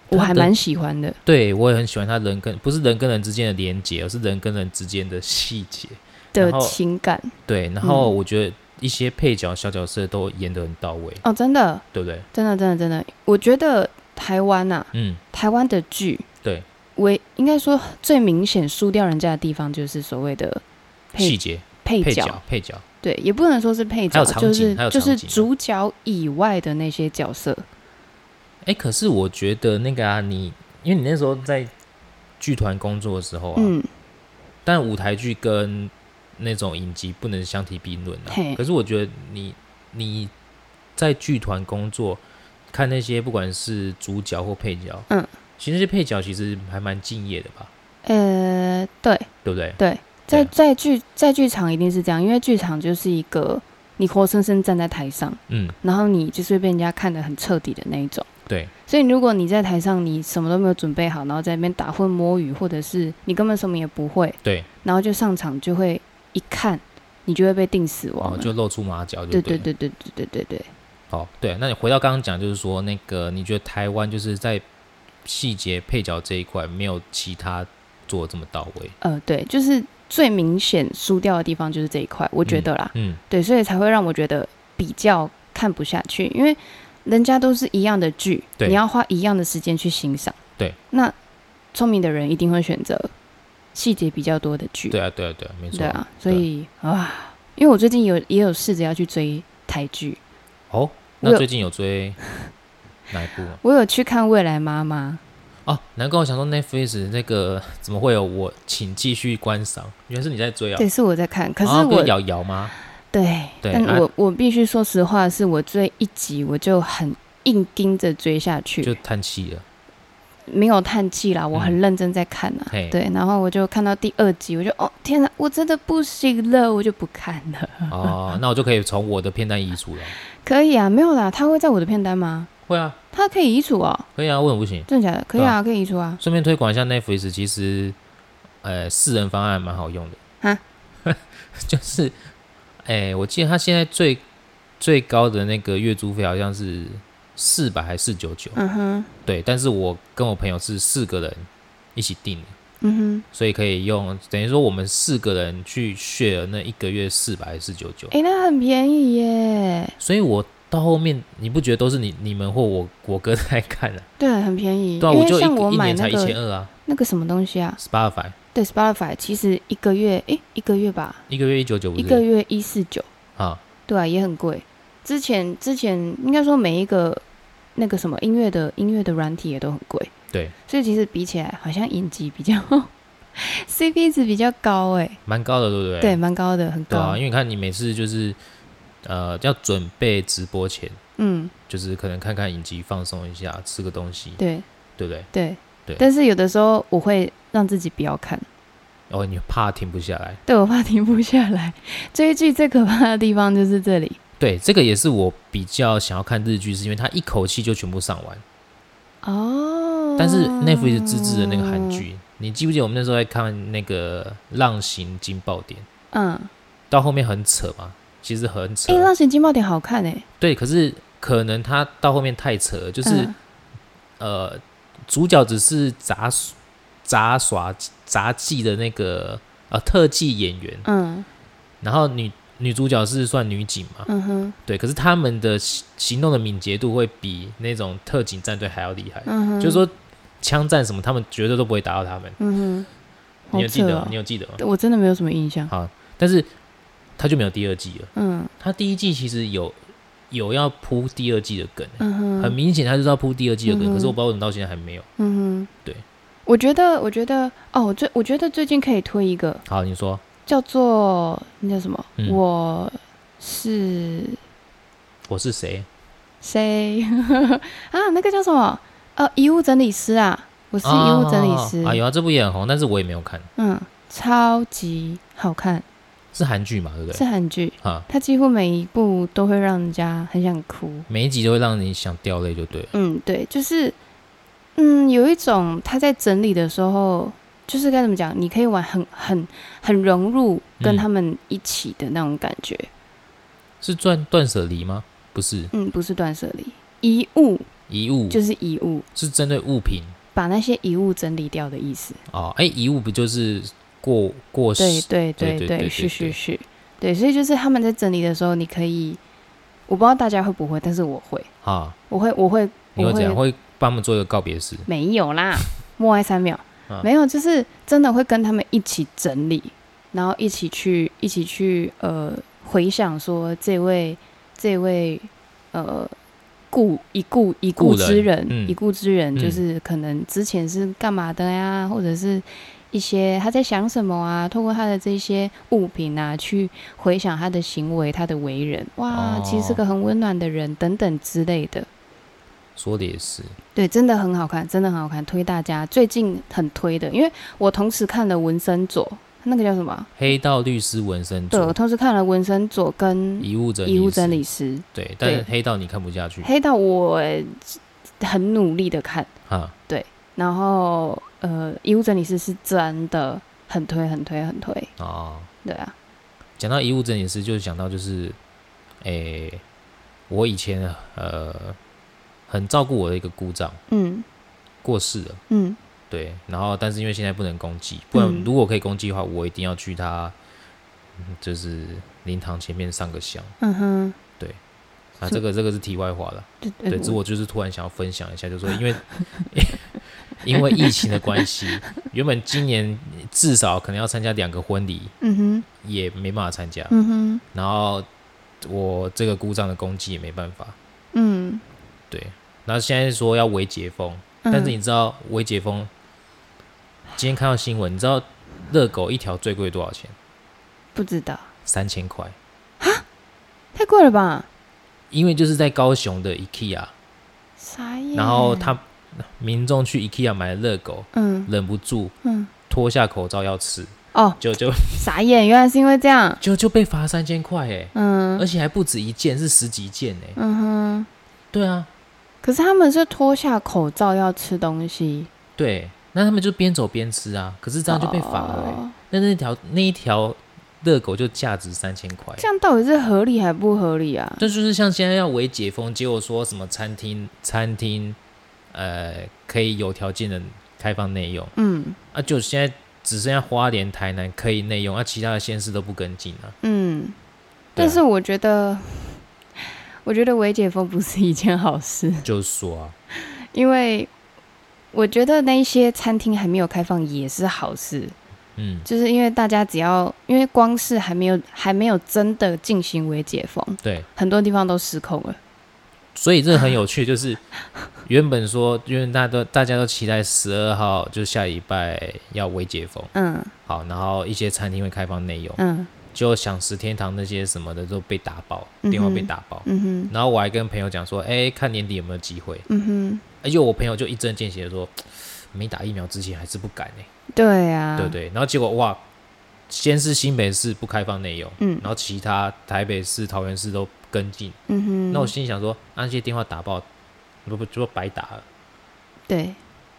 Speaker 2: 我
Speaker 1: 它
Speaker 2: 还
Speaker 1: 的
Speaker 2: 蛮喜欢的。
Speaker 1: 对我也很喜欢他人跟不是人跟人之间的连接，而是人跟人之间的细节。
Speaker 2: 的
Speaker 1: 然后
Speaker 2: 情感
Speaker 1: 对，然后
Speaker 2: 嗯
Speaker 1: 我觉得一些配角、小角色都演得很到位，
Speaker 2: 哦，真的，
Speaker 1: 对不对？
Speaker 2: 真的，真的，真的，我觉得台湾呐、
Speaker 1: 嗯，
Speaker 2: 台湾的剧，
Speaker 1: 对，
Speaker 2: 唯应该说最明显输掉人家的地方就是所谓的
Speaker 1: 细
Speaker 2: 配
Speaker 1: 节、
Speaker 2: 配
Speaker 1: 配
Speaker 2: 角，
Speaker 1: 角、配角，
Speaker 2: 对，也不能说是配
Speaker 1: 还
Speaker 2: 角，
Speaker 1: 有场景
Speaker 2: 就是
Speaker 1: 还有
Speaker 2: 就
Speaker 1: 场
Speaker 2: 是
Speaker 1: 景啊
Speaker 2: 主角以外的那些角色，
Speaker 1: 哎，可是我觉得那个啊，你因为你那时候在剧团工作的时候啊，
Speaker 2: 嗯，
Speaker 1: 但舞台剧跟那种影集不能相提并论啊
Speaker 2: 嘿。
Speaker 1: 可是我觉得你你在剧团工作，看那些不管是主角或配角，
Speaker 2: 嗯，
Speaker 1: 其实那些配角其实还蛮敬业的吧，
Speaker 2: 呃，对，
Speaker 1: 对不对？
Speaker 2: 在
Speaker 1: 对啊
Speaker 2: 在剧在剧场一定是这样，因为剧场就是一个你活生生站在台上，
Speaker 1: 嗯，
Speaker 2: 然后你就是会被人家看得很彻底的那一种。
Speaker 1: 对，
Speaker 2: 所以如果你在台上你什么都没有准备好，然后在那边打混摸鱼，或者是你根本什么也不会，
Speaker 1: 对，
Speaker 2: 然后就上场就会一看，你就会被定死亡
Speaker 1: 哦，
Speaker 2: 了。
Speaker 1: 就露出马脚就
Speaker 2: 对
Speaker 1: 对
Speaker 2: 对
Speaker 1: 了
Speaker 2: 对对对对对对，
Speaker 1: 好，对，那你回到刚刚讲，就是说那个，你觉得台湾就是在细节配角这一块没有其他做得这么到位？
Speaker 2: 呃，对，就是最明显输掉的地方就是这一块，我觉得啦，
Speaker 1: 嗯，
Speaker 2: 对，所以才会让我觉得比较看不下去，因为人家都是一样的剧，
Speaker 1: 对
Speaker 2: 你要花一样的时间去欣赏。
Speaker 1: 对，
Speaker 2: 那聪明的人一定会选择细节比较多的剧。
Speaker 1: 对啊，对啊，对啊，没错。
Speaker 2: 对啊，所以啊，因为我最近有也有试着要去追台剧，
Speaker 1: 哦，
Speaker 2: 我
Speaker 1: 那
Speaker 2: 有
Speaker 1: 最近有追哪一部啊？
Speaker 2: 我有去看《未来妈妈
Speaker 1: 哦，难怪我想说 Netflix 那个怎么会有我，请继续观赏，原来是你在追》，啊？
Speaker 2: 对，是我在看，可是
Speaker 1: 啊、
Speaker 2: 我
Speaker 1: 跟瑶瑶吗？
Speaker 2: 对，
Speaker 1: 对
Speaker 2: 但
Speaker 1: 啊
Speaker 2: 我我必须说实话，是我追一集我就很硬盯着追下
Speaker 1: 就
Speaker 2: 去，
Speaker 1: 叹气了。
Speaker 2: 没有叹气啦，
Speaker 1: 嗯
Speaker 2: 我很认真在看啊。
Speaker 1: 嘿
Speaker 2: 对，然后我就看到第二集，我就哦天哪，我真的不行了，我就不看了。
Speaker 1: 哦，那我就可以从我的片段移除了。
Speaker 2: 可以啊，没有啦，他会在我的片单吗？
Speaker 1: 会啊，
Speaker 2: 他可以移除哦，
Speaker 1: 可以啊，为什么不行？
Speaker 2: 真的假的？可以
Speaker 1: 对
Speaker 2: 啊，
Speaker 1: 啊
Speaker 2: 可以移除啊。
Speaker 1: 顺便推广一下 Netflix，其实呃四人方案蛮好用的
Speaker 2: 哈。
Speaker 1: 就是，哎、我记得他现在最最高的那个月租费好像是四百还四九九，
Speaker 2: 嗯哼，
Speaker 1: 对。但是我跟我朋友是四个人一起订的，
Speaker 2: 嗯
Speaker 1: 所以可以用，等于说我们四个人去 share 那一个月四百还是九九
Speaker 2: 哼，，诶，那很便宜耶，
Speaker 1: 所以我到后面你不觉得都是你你们或我我哥在看啊？
Speaker 2: 对，很便宜。
Speaker 1: 对啊，
Speaker 2: 因
Speaker 1: 我
Speaker 2: 为
Speaker 1: 就一
Speaker 2: 像我
Speaker 1: 一
Speaker 2: 买
Speaker 1: 年才
Speaker 2: 那
Speaker 1: 一千
Speaker 2: 个
Speaker 1: 二啊
Speaker 2: 那个什么东西啊，
Speaker 1: ，Spotify
Speaker 2: 对，Spotify 其实一个月，诶，一个月吧，
Speaker 1: 一个月一九九不
Speaker 2: 一个
Speaker 1: 是
Speaker 2: 月一四九。
Speaker 1: 啊？
Speaker 2: 对啊，也很贵。之前之前应该说每一个那个什么音乐的音乐的软体也都很贵，
Speaker 1: 对，
Speaker 2: 所以其实比起来好像影集比较 CP 值比较高哎、
Speaker 1: 蛮高的，对不对？
Speaker 2: 对，蛮高的，很
Speaker 1: 对
Speaker 2: 高。
Speaker 1: 啊，因为你看你每次就是呃要准备直播前，
Speaker 2: 嗯，
Speaker 1: 就是可能看看影集放松一下，吃个东西，
Speaker 2: 对
Speaker 1: 对不对？
Speaker 2: 对
Speaker 1: 对
Speaker 2: 但是有的时候我会让自己不要看，
Speaker 1: 然哦后你怕停不下来，
Speaker 2: 对我怕停不下来。追剧最可怕的地方就是这里。
Speaker 1: 对，这个也是我比较想要看日剧，是因为它一口气就全部上完。
Speaker 2: 哦，
Speaker 1: 但是 Netflix 自制的那个韩剧，你记不记得我们那时候在看那个《浪行惊爆点》？
Speaker 2: 嗯，
Speaker 1: 到后面很扯嘛，其实很扯
Speaker 2: 哎、。浪神金爆点》好看哎、
Speaker 1: 对，可是可能他到后面太扯了，就是、
Speaker 2: 嗯
Speaker 1: 呃，主角只是杂耍杂耍杂技的那个呃特技演员，
Speaker 2: 嗯
Speaker 1: 然后女女主角是算女警嘛，
Speaker 2: 嗯哼
Speaker 1: 对，可是他们的行行动的敏捷度会比那种特警战队还要厉害，
Speaker 2: 嗯哼，
Speaker 1: 就是说枪战什么，他们绝对都不会打到他们。
Speaker 2: 嗯哼，
Speaker 1: 你有记得吗？
Speaker 2: 好
Speaker 1: 你
Speaker 2: 扯
Speaker 1: 有记得吗？
Speaker 2: 哦我真的没有什么印象。
Speaker 1: 好，但是他就没有第二季了。
Speaker 2: 嗯
Speaker 1: 他第一季其实有有要铺第二季的梗、
Speaker 2: 嗯哼，
Speaker 1: 很明显他就是要铺第二季的梗，
Speaker 2: 嗯哼
Speaker 1: 可是我不知道为什么到现在还没有。
Speaker 2: 嗯哼，
Speaker 1: 对。
Speaker 2: 我觉得，我觉得，哦，我最我觉得最近可以推一个
Speaker 1: 好，你说
Speaker 2: 叫做那叫什么？
Speaker 1: 嗯
Speaker 2: 我是
Speaker 1: 我是谁？
Speaker 2: 谁 啊？那个叫什么？呃，遗物整理师啊，我是遗物整理师，
Speaker 1: 啊啊有啊，这部也很红，但是我也没有看，
Speaker 2: 嗯，超级好看，
Speaker 1: 是韩剧嘛，对不
Speaker 2: 是
Speaker 1: 对？
Speaker 2: 韩剧，
Speaker 1: 啊，
Speaker 2: 它几乎每一部都会让人家很想哭。
Speaker 1: 每一集都会让你想掉泪，就对了。
Speaker 2: 嗯，对，就是，嗯，有一种他在整理的时候，就是该怎么讲，你可以玩很很很融入跟
Speaker 1: 嗯
Speaker 2: 他们一起的那种感觉。
Speaker 1: 是断断舍离吗？不是，
Speaker 2: 嗯，不是断舍离，遗物
Speaker 1: 遗物
Speaker 2: 就是遗物，
Speaker 1: 是针对物品
Speaker 2: 把那些遗物整理掉的意思。
Speaker 1: 哦。哎、遗物不就是过过世？
Speaker 2: 对对
Speaker 1: 对对
Speaker 2: 对，
Speaker 1: 对
Speaker 2: 是
Speaker 1: 对
Speaker 2: 是
Speaker 1: 对
Speaker 2: 是，对，所以就是他们在整理的时候，你可以，我不知道大家会不会，但是我会，
Speaker 1: 啊，
Speaker 2: 我会，我会，
Speaker 1: 你
Speaker 2: 我
Speaker 1: 会怎样？会帮他们做一个告别式？
Speaker 2: 没 有啦，默哀三秒，
Speaker 1: 啊
Speaker 2: 没有，就是真的会跟他们一起整理，然后一起去一起去呃回想说这位这位呃故一故一故
Speaker 1: 故
Speaker 2: 之
Speaker 1: 人
Speaker 2: 人
Speaker 1: 嗯
Speaker 2: 一故之人，就
Speaker 1: 嗯
Speaker 2: 是可能之前是干嘛的呀，或者是。一些他在想什么啊？透过他的这些物品啊，去回想他的行为、他的为人，哇，其实是
Speaker 1: 哦
Speaker 2: 个很温暖的人，等等之类的。
Speaker 1: 说的也是，
Speaker 2: 对，真的很好看，真的很好看，推大家。最近很推的，因为我同时看了《文森佐》，那个叫什么啊？
Speaker 1: 黑道律师纹身
Speaker 2: 对，我
Speaker 1: 组，
Speaker 2: 同时看了《文森佐》跟《
Speaker 1: 遗物整理，
Speaker 2: 遗物整理，师》。
Speaker 1: 对，但是
Speaker 2: 对
Speaker 1: 黑道你看不下去
Speaker 2: 黑到我呃很努力的看，
Speaker 1: 啊，
Speaker 2: 然后呃，《遗物整理师》是真的很推，很推，很推。
Speaker 1: 哦，
Speaker 2: 对啊，
Speaker 1: 讲到遗物整理师，就是想到就是，诶、我以前呃很照顾我的一个姑丈
Speaker 2: 嗯
Speaker 1: 过世了，
Speaker 2: 嗯
Speaker 1: 对，然后但是因为现在不能公祭，不然
Speaker 2: 嗯
Speaker 1: 如果可以公祭的话，我一定要去他嗯就是灵堂前面上个香
Speaker 2: 嗯哼，呃
Speaker 1: 啊。
Speaker 2: 是
Speaker 1: 这个这个是题外话 了，
Speaker 2: 对
Speaker 1: 对，只是我就是突然想要分享一下，就是说因为 因为疫情的关系，原本今年至少可能要参加两个婚礼，
Speaker 2: 嗯哼
Speaker 1: 也没办法参加，
Speaker 2: 嗯哼
Speaker 1: 然后我这个姑丈的公祭也没办法，
Speaker 2: 嗯，
Speaker 1: 对，然后现在说要微解封，但是你知道微解封？今天看到新闻，你知道热狗一条最贵多少钱？
Speaker 2: 不知道，
Speaker 1: 三千块，
Speaker 2: 太贵了吧？
Speaker 1: 因为就是在高雄的 IKEA，
Speaker 2: 啥呀？
Speaker 1: 然后他民众去 IKEA 买了热狗，
Speaker 2: 嗯
Speaker 1: 忍不住
Speaker 2: 嗯
Speaker 1: 脱下口罩要吃，
Speaker 2: 哦，
Speaker 1: 就就。
Speaker 2: 傻眼，原来是因为这样
Speaker 1: 就就被罚三千块哎，
Speaker 2: 嗯
Speaker 1: 而且还不止一件，是十几件哎。
Speaker 2: 嗯哼，
Speaker 1: 对啊，
Speaker 2: 可是他们是脱下口罩要吃东西，
Speaker 1: 对，那他们就边走边吃啊，可是这样就被罚了欸。
Speaker 2: 哦
Speaker 1: 那那条那一条热狗就价值三千块，
Speaker 2: 这样到底是合理还不合理啊？
Speaker 1: 这就是像现在要微解封，结果说什么餐厅餐厅呃可以有条件的开放内用
Speaker 2: 嗯
Speaker 1: 啊，就现在只剩下花莲、台南可以内用，啊，其他的县市都不跟进啊。
Speaker 2: 嗯，
Speaker 1: 对啊
Speaker 2: 但是我觉得，我觉得微解封不是一件好事，
Speaker 1: 就是说啊，
Speaker 2: 因为我觉得那一些餐厅还没有开放也是好事，
Speaker 1: 嗯，
Speaker 2: 就是因为大家只要因为光是还没有还没有真的进行微解封，
Speaker 1: 对，
Speaker 2: 很多地方都失控了。
Speaker 1: 所以这很有趣，就是原本说，因为大家都大家都期待十二号就下礼拜要微解封，
Speaker 2: 嗯
Speaker 1: 好，然后一些餐厅会开放内用，
Speaker 2: 嗯
Speaker 1: 就想食天堂那些什么的都被打爆，电话被
Speaker 2: 嗯哼
Speaker 1: 打爆。
Speaker 2: 嗯哼
Speaker 1: 然后我还跟朋友讲说，哎、看年底有没有机会。
Speaker 2: 嗯哼，
Speaker 1: 而且我朋友就一针见血地说，没打疫苗之前还是不敢呢、
Speaker 2: 对啊，
Speaker 1: 对不对？然后结果哇，先是新北市不开放内容，
Speaker 2: 嗯
Speaker 1: 然后其他台北市、桃园市都跟进。
Speaker 2: 嗯哼，
Speaker 1: 那我心里想说，啊那些电话打爆，不不就白打了？
Speaker 2: 对，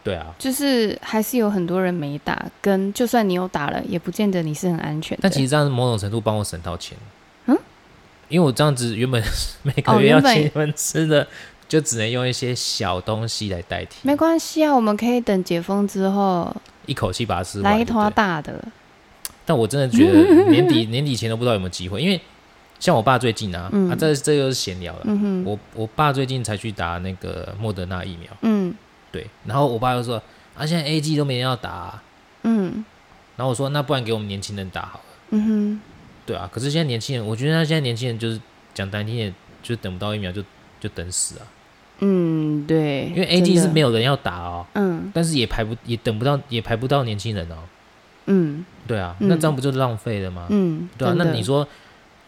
Speaker 1: 对啊，
Speaker 2: 就是还是有很多人没打，跟就算你有打了，也不见得你是很安全的。
Speaker 1: 但其实这样某种程度帮我省到钱。
Speaker 2: 嗯，
Speaker 1: 因为我这样子原本 每
Speaker 2: 哦
Speaker 1: 个月
Speaker 2: 原
Speaker 1: 要
Speaker 2: 本
Speaker 1: 请你们吃的，就只能用一些小东西来代替，
Speaker 2: 没关系啊，我们可以等解封之后
Speaker 1: 一口气把它吃完。
Speaker 2: 来一
Speaker 1: 对不
Speaker 2: 坨
Speaker 1: 对
Speaker 2: 大的。
Speaker 1: 但我真的觉得年底 年底前都不知道有没有机会，因为像我爸最近啊，
Speaker 2: 嗯
Speaker 1: 啊这这又是闲聊了。
Speaker 2: 嗯哼，
Speaker 1: 我我爸最近才去打那个莫德纳疫苗，
Speaker 2: 嗯
Speaker 1: 对，然后我爸就说啊，现在 A G 都没人要打啊、
Speaker 2: 嗯
Speaker 1: 然后我说那不然给我们年轻人打好了，
Speaker 2: 嗯
Speaker 1: 对啊。可是现在年轻人，我觉得他现在年轻人就是讲难听点，就等不到疫苗就就等死啊，
Speaker 2: 哼，嗯对，
Speaker 1: 因为 A G 是没
Speaker 2: 有，
Speaker 1: 有人要打哦，
Speaker 2: 嗯
Speaker 1: 但是也排不也等不到也排不到年轻人哦，
Speaker 2: 嗯
Speaker 1: 对啊，
Speaker 2: 嗯
Speaker 1: 那这样不就浪费了吗？
Speaker 2: 嗯，
Speaker 1: 对啊，
Speaker 2: 真
Speaker 1: 那
Speaker 2: 的
Speaker 1: 你说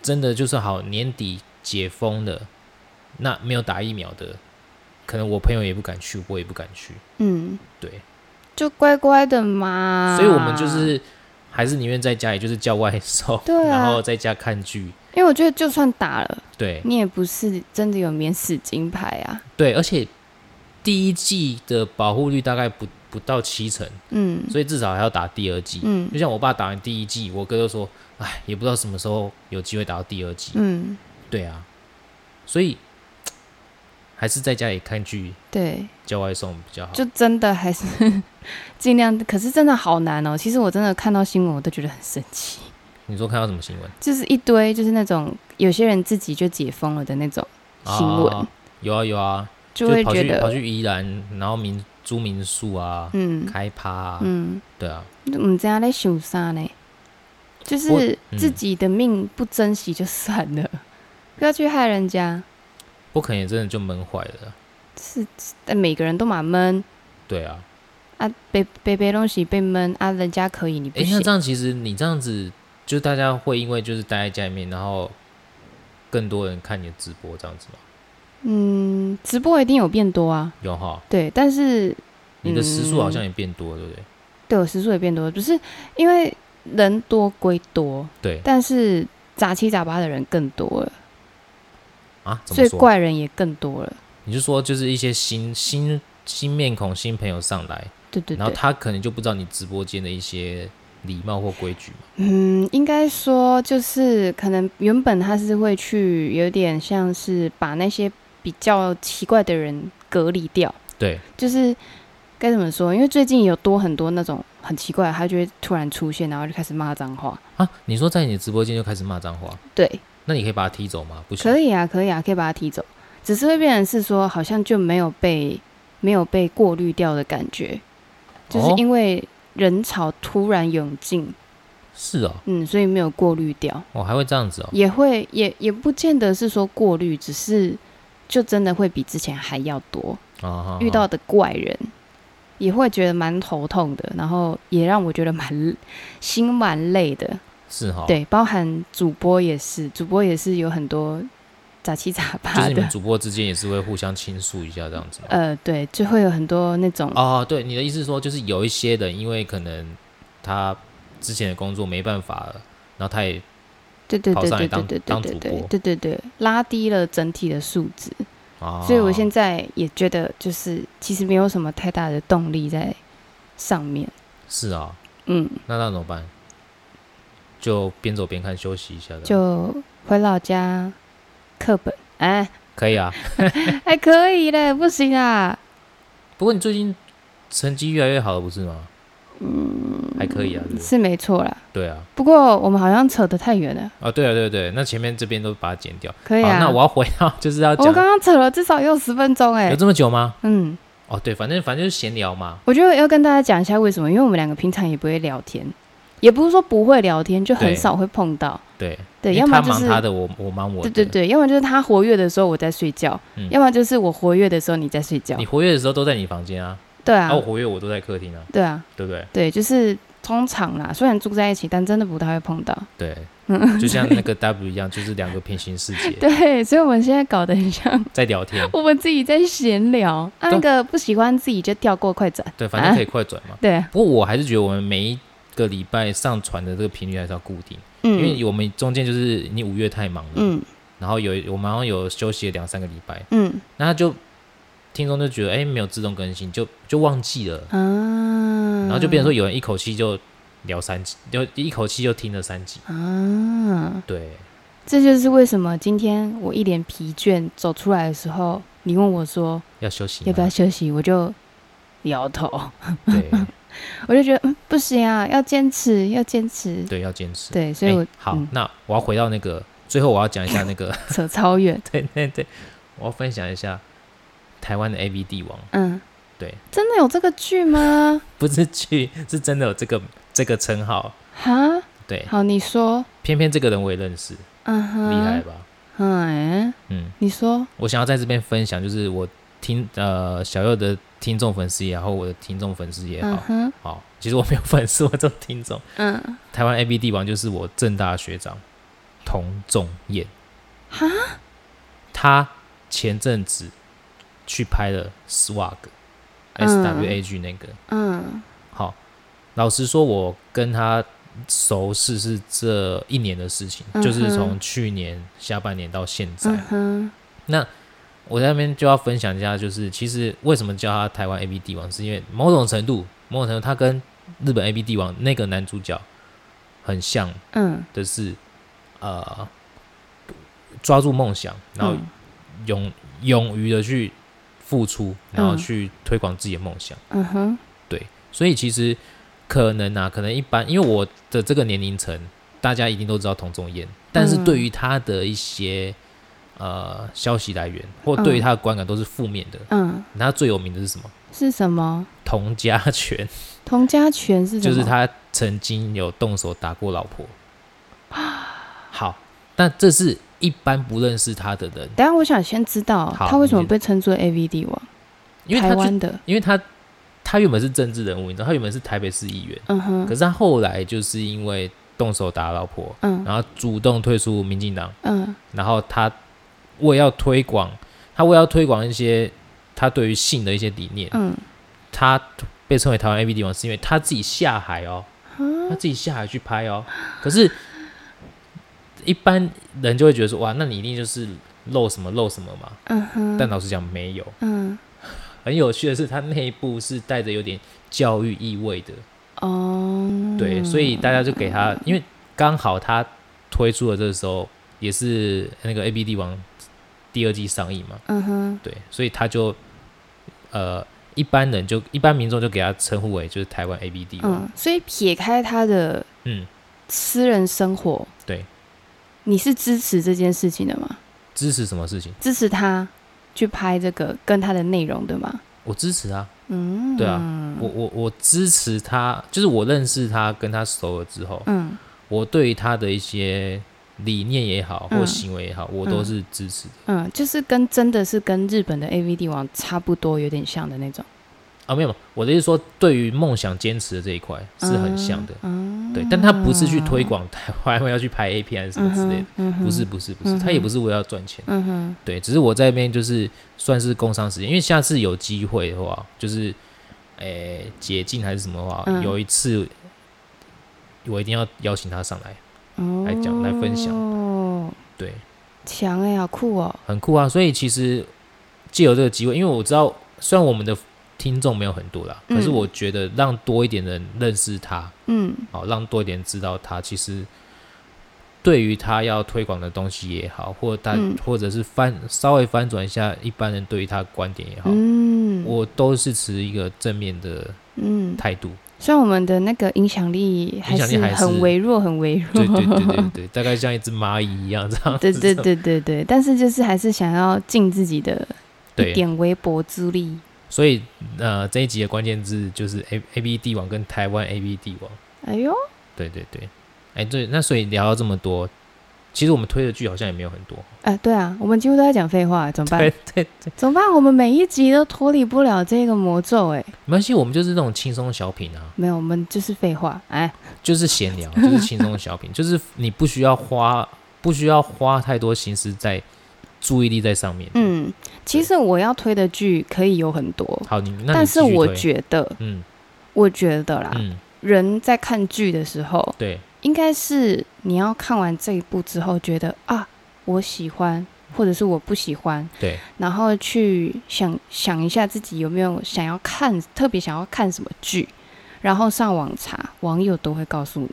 Speaker 1: 真的就是好年底解封了，那没有打疫苗的，可能我朋友也不敢去，我也不敢去，
Speaker 2: 嗯，
Speaker 1: 对，
Speaker 2: 就乖乖的嘛。
Speaker 1: 所以我们就是还是宁愿在家里就是叫外送，
Speaker 2: 对啊
Speaker 1: 然后在家看剧，
Speaker 2: 因为我觉得就算打了，
Speaker 1: 对
Speaker 2: 你也不是真的有免死金牌啊。
Speaker 1: 对，而且第一季的保护率大概不不到七成，
Speaker 2: 嗯
Speaker 1: 所以至少还要打第二季。
Speaker 2: 嗯
Speaker 1: 就像我爸打完第一季，我哥就说：“哎，也不知道什么时候有机会打到第二季。
Speaker 2: 嗯，
Speaker 1: 对啊，所以还是在家里看剧
Speaker 2: 对，
Speaker 1: 叫外送比较好。
Speaker 2: 就真的还是 尽量，可是真的好难哦。其实我真的看到新闻，我都觉得很生气，
Speaker 1: 你说看到什么新闻？
Speaker 2: 就是一堆就是那种有些人自己就解封了的那种新闻，
Speaker 1: 啊有啊有啊，
Speaker 2: 就会
Speaker 1: 跑
Speaker 2: 觉
Speaker 1: 去跑
Speaker 2: 得
Speaker 1: 去宜兰，然后民租民宿啊，
Speaker 2: 嗯
Speaker 1: 开趴、啊，
Speaker 2: 嗯，
Speaker 1: 对啊，
Speaker 2: 唔知道在想啥呢，就
Speaker 1: 我
Speaker 2: 是
Speaker 1: 嗯
Speaker 2: 自己的命不珍惜就算了，不要去害人家。
Speaker 1: 我可能也真的就闷坏了。
Speaker 2: 是，但每个人都蛮闷
Speaker 1: 对啊，
Speaker 2: 啊，被被被东西被闷啊，人家可以，你不
Speaker 1: 哎、
Speaker 2: 行
Speaker 1: 那。这样其实你这样子，就大家会因为就是待在家里面，然后更多人看你的直播这样子吗？
Speaker 2: 嗯，直播一定有变多啊，
Speaker 1: 有哈，
Speaker 2: 对，但是
Speaker 1: 你的时数好
Speaker 2: 嗯
Speaker 1: 像也变多了，对不对？
Speaker 2: 对我时数也变多，只是因为人多归多，
Speaker 1: 对
Speaker 2: 但是杂七杂八的人更多了，
Speaker 1: 啊，怎
Speaker 2: 所
Speaker 1: 么
Speaker 2: 以
Speaker 1: 说？
Speaker 2: 怪人也更多了。
Speaker 1: 你就说就是一些新新新面孔、新朋友上来，
Speaker 2: 对对
Speaker 1: 然后
Speaker 2: 对，
Speaker 1: 他可能就不知道你直播间的一些礼貌或规矩嘛。
Speaker 2: 嗯，应该说就是可能原本他是会去有点像是把那些比较奇怪的人隔离掉，
Speaker 1: 对，
Speaker 2: 就是该怎么说？因为最近有多很多那种很奇怪的，他就会突然出现，然后就开始骂脏话。
Speaker 1: 啊，你说在你的直播间就开始骂脏话，
Speaker 2: 对，
Speaker 1: 那你可以把他踢走吗？不行，
Speaker 2: 可以啊，可以啊，可以把他踢走，只是会变成是说好像就没有被没有被过滤掉的感觉，就是
Speaker 1: 哦
Speaker 2: 因为人潮突然涌进，
Speaker 1: 是哦，
Speaker 2: 嗯，所以没有过滤掉，
Speaker 1: 我、还会这样子哦。
Speaker 2: 也会也也不见得是说过滤，只是就真的会比之前还要多，
Speaker 1: 啊哈，
Speaker 2: 遇到的怪人。也会觉得蛮头痛的，然后也让我觉得蛮心蛮累的。
Speaker 1: 是哈，，
Speaker 2: 对，包含主播也是，主播也是有很多杂七杂八的。
Speaker 1: 就是你们主播之间也是会互相倾诉一下这样子吗。
Speaker 2: 呃，对，就会有很多那种，
Speaker 1: 哦，对，你的意思是说，就是有一些人因为可能他之前的工作没办法了，然后他也
Speaker 2: 对对
Speaker 1: 跑
Speaker 2: 对
Speaker 1: 上来
Speaker 2: 对对对
Speaker 1: 当
Speaker 2: 对对
Speaker 1: 当主
Speaker 2: 对
Speaker 1: 播
Speaker 2: 对对对，拉低了整体的素质，
Speaker 1: 啊，
Speaker 2: 所以我现在也觉得就是其实没有什么太大的动力在上面，
Speaker 1: 是啊、
Speaker 2: 嗯，
Speaker 1: 那那怎么办？就边走边看，休息一下的，
Speaker 2: 就回老家课本， 哎，
Speaker 1: 可以啊。
Speaker 2: 还可以嘞，不行啊，
Speaker 1: 不过你最近成绩越来越好了，不是吗？嗯，还可以啊，对不对
Speaker 2: 是没错啦。
Speaker 1: 对啊，
Speaker 2: 不过我们好像扯得太远了，
Speaker 1: 啊，对啊，对啊对啊，那前面这边都把它剪掉。
Speaker 2: 可以
Speaker 1: 好，
Speaker 2: 啊。
Speaker 1: 那我要回到就是要
Speaker 2: 我
Speaker 1: 讲
Speaker 2: 们，刚刚扯了至少也有十分钟哎、
Speaker 1: 有这么久吗？
Speaker 2: 嗯，
Speaker 1: 哦，对，反正反正就是闲聊嘛。
Speaker 2: 我觉得要跟大家讲一下为什么，因为我们两个平常也不会聊天，也不是说不会聊天，就很
Speaker 1: 对
Speaker 2: 少会碰到。
Speaker 1: 对，
Speaker 2: 对，
Speaker 1: 因为
Speaker 2: 要么
Speaker 1: 他
Speaker 2: 就
Speaker 1: 忙
Speaker 2: 是
Speaker 1: 他的，我我忙我
Speaker 2: 对
Speaker 1: 的。
Speaker 2: 对对，要么就是他活跃的时候我在睡觉，
Speaker 1: 嗯
Speaker 2: 要么就是我活跃的时候你在睡觉
Speaker 1: 你。活跃的时候都在你房间啊，
Speaker 2: 对啊
Speaker 1: 啊，，我活跃我都在客厅啊，
Speaker 2: 对啊，
Speaker 1: 对不对？
Speaker 2: 对，就是通常啦，虽然住在一起，但真的不太会碰到。
Speaker 1: 对，就像那个 W 一样，就是两个平行世界
Speaker 2: 对，所以我们现在搞得很像
Speaker 1: 在聊天。
Speaker 2: 我们自己在闲 聊，啊，那
Speaker 1: 对
Speaker 2: 个不喜欢自己就跳过快转。
Speaker 1: 对，反正可以快转嘛。
Speaker 2: 对，
Speaker 1: 不过我还是觉得我们每一个礼拜上传的这个频率还是要固定，因
Speaker 2: 嗯
Speaker 1: 为我们中间就是你五月太忙了，
Speaker 2: 嗯
Speaker 1: 然后有我们好像有休息了两三个礼拜，
Speaker 2: 嗯
Speaker 1: 那就听众就觉得哎、没有自动更新，就就忘记了，
Speaker 2: 啊，
Speaker 1: 然后就变成说有人一口气就聊三集，就一口气就听了三集，
Speaker 2: 啊，
Speaker 1: 对，
Speaker 2: 这就是为什么今天我一脸疲倦走出来的时候，你问我说
Speaker 1: 要休息吗，
Speaker 2: 要不要休息，我就摇头，
Speaker 1: 对
Speaker 2: 我就觉得嗯不行啊，要坚持，要坚持，
Speaker 1: 对要坚持。
Speaker 2: 对，所以我
Speaker 1: 哎好，
Speaker 2: 嗯
Speaker 1: 那我要回到那个最后，我要讲一下那 个，
Speaker 2: 走超远，
Speaker 1: 对对对，我要分享一下台湾的 A V 帝王，
Speaker 2: 嗯，
Speaker 1: 对，
Speaker 2: 真的有这个 剧吗？
Speaker 1: 不是剧，是真的有这个这个称号。
Speaker 2: 哈，
Speaker 1: 对，
Speaker 2: 好，你说，
Speaker 1: 偏偏这个人我也认识，
Speaker 2: 嗯哼，
Speaker 1: 厉害，吧？
Speaker 2: 嗯，哎
Speaker 1: 嗯，
Speaker 2: 你说，
Speaker 1: 我想要在这边分享，就是我听呃小右的听众粉丝也好，我的听众粉丝也
Speaker 2: 嗯
Speaker 1: 好，
Speaker 2: 哼，
Speaker 1: 好，其实我没有粉丝，我只有听众。
Speaker 2: 嗯，
Speaker 1: 台湾 A B 帝王就是我正大学长童仲彦，
Speaker 2: 哈，
Speaker 1: 他前阵子去拍了 Swag
Speaker 2: 嗯
Speaker 1: S W A G 那个，
Speaker 2: 嗯，
Speaker 1: 好，老实说，我跟他熟识是这一年的事情，
Speaker 2: 嗯哼
Speaker 1: 就是从去年下半年到现在。
Speaker 2: 嗯哼，
Speaker 1: 我在那边就要分享一下，就是其实为什么叫他台湾 A B 帝王，是因为某种程度，某种程度他跟日本 A B 帝王那个男主角很像
Speaker 2: 嗯，
Speaker 1: 的是，呃，抓住梦想，然后
Speaker 2: 嗯
Speaker 1: 勇、勇于的去付出，然后
Speaker 2: 嗯
Speaker 1: 去推广自己的梦想。
Speaker 2: 嗯哼，
Speaker 1: 所以其实可能啊，可能一般，因为我的这个年龄层，大家一定都知道童仲彦，但
Speaker 2: 嗯
Speaker 1: 是对于他的一些呃消息来源，或对于他的观感都是负面的。
Speaker 2: 嗯，
Speaker 1: 他最有名的是什么？
Speaker 2: 是什么？
Speaker 1: 童家拳，
Speaker 2: 童家拳是什
Speaker 1: 就
Speaker 2: 么？
Speaker 1: 是他曾经有动手打过老婆。 好，但这是一般不认识他的人，
Speaker 2: 等一下，我想先知道
Speaker 1: 好
Speaker 2: 他为什么
Speaker 1: 你
Speaker 2: 被称作 A V 帝王，
Speaker 1: 因为
Speaker 2: 台
Speaker 1: 他就
Speaker 2: 湾的，
Speaker 1: 因为他他原本是政治人物，你知道，他原本是台北市议员，
Speaker 2: 嗯
Speaker 1: 可
Speaker 2: 哼，
Speaker 1: 是他后来就是因为动手打老婆，
Speaker 2: 嗯
Speaker 1: 然后主动退出民进党，
Speaker 2: 嗯
Speaker 1: 然后他为要推广，他为要推广一些他对于性的一些理念，
Speaker 2: 嗯，
Speaker 1: 他被称为台湾 A B 帝王，是因为他自己下海哦，
Speaker 2: 啊
Speaker 1: 他自己下海去拍哦。可是，一般人就会觉得说，哇，那你一定就是露什么露什么嘛。
Speaker 2: 嗯哼，
Speaker 1: 但老实讲，没有。
Speaker 2: 嗯
Speaker 1: 很有趣的是，他内部是带着有点教育意味的，
Speaker 2: 哦，
Speaker 1: 对，所以大家就给他，因为刚好他推出的这时候也是那个 A B 帝王第二季上映嘛，
Speaker 2: 嗯哼，
Speaker 1: 对，所以他就呃一般人就一般民众就给他称呼为就是台湾 A B 帝王，
Speaker 2: 嗯，所以撇开他的
Speaker 1: 嗯，
Speaker 2: 私人生活，
Speaker 1: 对，
Speaker 2: 你是支持这件事情的吗？
Speaker 1: 支持什么事情？
Speaker 2: 支持他去拍这个跟他的内容的吗？
Speaker 1: 我支持啊，
Speaker 2: 嗯，
Speaker 1: 对啊，我我我支持他，就是我认识他跟他熟了之后，
Speaker 2: 嗯
Speaker 1: 我对于他的一些理念也好或
Speaker 2: 嗯
Speaker 1: 行为也好，我都是支持的
Speaker 2: 嗯，就是跟真的是跟日本的 A V 帝王差不多，有点像的那种，
Speaker 1: 啊，没有，我的意思说对于梦想坚持的这一块是很像的。
Speaker 2: 嗯，
Speaker 1: 对，但他不是去推广台湾 要去拍 A 片还是什么之类的，
Speaker 2: 嗯哼，
Speaker 1: 不是，不是，不是，他也不是为了要赚钱，
Speaker 2: 嗯哼，
Speaker 1: 对，只是我在那边就是算是工商时间，因为下次有机会的话，就是诶、解禁还是什么的话，
Speaker 2: 嗯
Speaker 1: 有一次我一定要邀请他上来，
Speaker 2: 哦，
Speaker 1: 来讲来分享
Speaker 2: 哦，
Speaker 1: 对，
Speaker 2: 强哎、好酷哦，
Speaker 1: 很酷啊，所以其实借由这个机会，因为我知道虽然我们的听众没有很多啦，可是
Speaker 2: 嗯
Speaker 1: 我觉得让多一点人认识他，
Speaker 2: 嗯
Speaker 1: 好让多一点人知道他其实对于他要推广的东西也好，或他、
Speaker 2: 嗯
Speaker 1: 或者是翻稍微翻转一下一般人对于他的观点也好，
Speaker 2: 嗯，
Speaker 1: 我都是持一个正面的
Speaker 2: 嗯，
Speaker 1: 态 度。
Speaker 2: 虽然我们的那个影响力还
Speaker 1: 影响力
Speaker 2: 是
Speaker 1: 还是
Speaker 2: 很微弱，很微 弱，
Speaker 1: 对对对对对，大概像一只蚂蚁一样这样子。
Speaker 2: 对对对对对，但是就是还是想要尽自己的一
Speaker 1: 对，
Speaker 2: 点微薄之力。
Speaker 1: 所以呃这一集的关键字就是 A A B 帝王跟台湾 A B 帝王。
Speaker 2: 哎呦，
Speaker 1: 对对对，哎对，那所以聊到这么多，其实我们推的剧好像也没有很多。
Speaker 2: 哎，对啊，我们几乎都在讲废话，怎么 办
Speaker 1: 对？对对，
Speaker 2: 怎么办？我们每一集都脱离不了这个魔咒，哎，
Speaker 1: 没关系，我们就是那种轻松小品啊。
Speaker 2: 没有，我们就是废话，哎，
Speaker 1: 就是闲 聊，就是轻松的小品，就是你不需要花不需要花太多心思在注意力在上面。，
Speaker 2: 嗯，其实我要推的剧可以有很多，
Speaker 1: 好，你那你
Speaker 2: 但是
Speaker 1: 继续
Speaker 2: 我
Speaker 1: 推
Speaker 2: 觉得，
Speaker 1: 嗯
Speaker 2: 我觉得啦，
Speaker 1: 嗯，
Speaker 2: 人在看剧的时候，
Speaker 1: 对，
Speaker 2: 应该是你要看完这一部之后，觉得啊，我喜欢，或者是我不喜欢，
Speaker 1: 对，
Speaker 2: 然后去想想一下自己有没有想要看，特别想要看什么剧，然后上网查，网友都会告诉你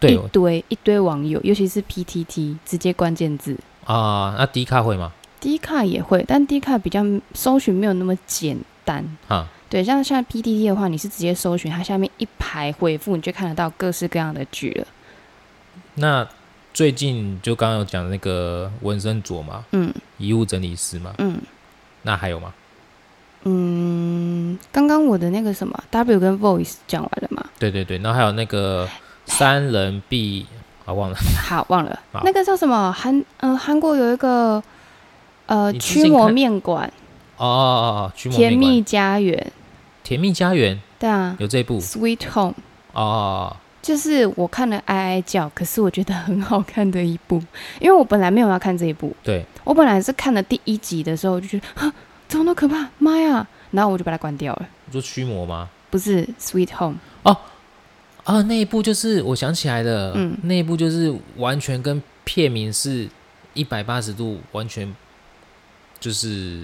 Speaker 1: 对
Speaker 2: 一堆一堆网友，尤其是 PTT 直接关键字。
Speaker 1: 啊，那低卡会吗？
Speaker 2: D 卡也会，但 D 卡比较搜寻没有那么简单。
Speaker 1: 哈，
Speaker 2: 对，像像 PTT 的话，你是直接搜寻，它下面一排回复，你就看得到各式各样的剧了。
Speaker 1: 那最近就刚刚有讲那个文森佐嘛，
Speaker 2: 嗯
Speaker 1: 遗物整理师嘛，
Speaker 2: 嗯
Speaker 1: 那还有吗？
Speaker 2: 嗯，刚刚我的那个什么 W 跟 Voice 讲完了嘛？
Speaker 1: 对对对，然后还有那个三人必啊，忘了，
Speaker 2: 好，忘了
Speaker 1: 好
Speaker 2: 那个叫什么韩呃韩国有一个呃
Speaker 1: 你之前
Speaker 2: 驱魔
Speaker 1: 看
Speaker 2: 面馆、
Speaker 1: 哦哦哦，驱魔
Speaker 2: 甜
Speaker 1: 面馆
Speaker 2: 蜜家园，
Speaker 1: 甜蜜家园
Speaker 2: 对啊
Speaker 1: 有这一部
Speaker 2: ，Sweet Home。
Speaker 1: 哦哦，哦
Speaker 2: 就是我看了哀哀叫，可是我觉得很好看的一部，因为我本来没有要看这一部，
Speaker 1: 对
Speaker 2: 我本来是看了第一集的时候我就觉得 啊，怎么那么可怕，妈呀！然后我就把它关掉了。
Speaker 1: 你说驱魔吗？
Speaker 2: 不是 Sweet Home，
Speaker 1: 啊，那一部就是我想起来了，
Speaker 2: 嗯
Speaker 1: 那一部就是完全跟片名是一百八十度，完全就是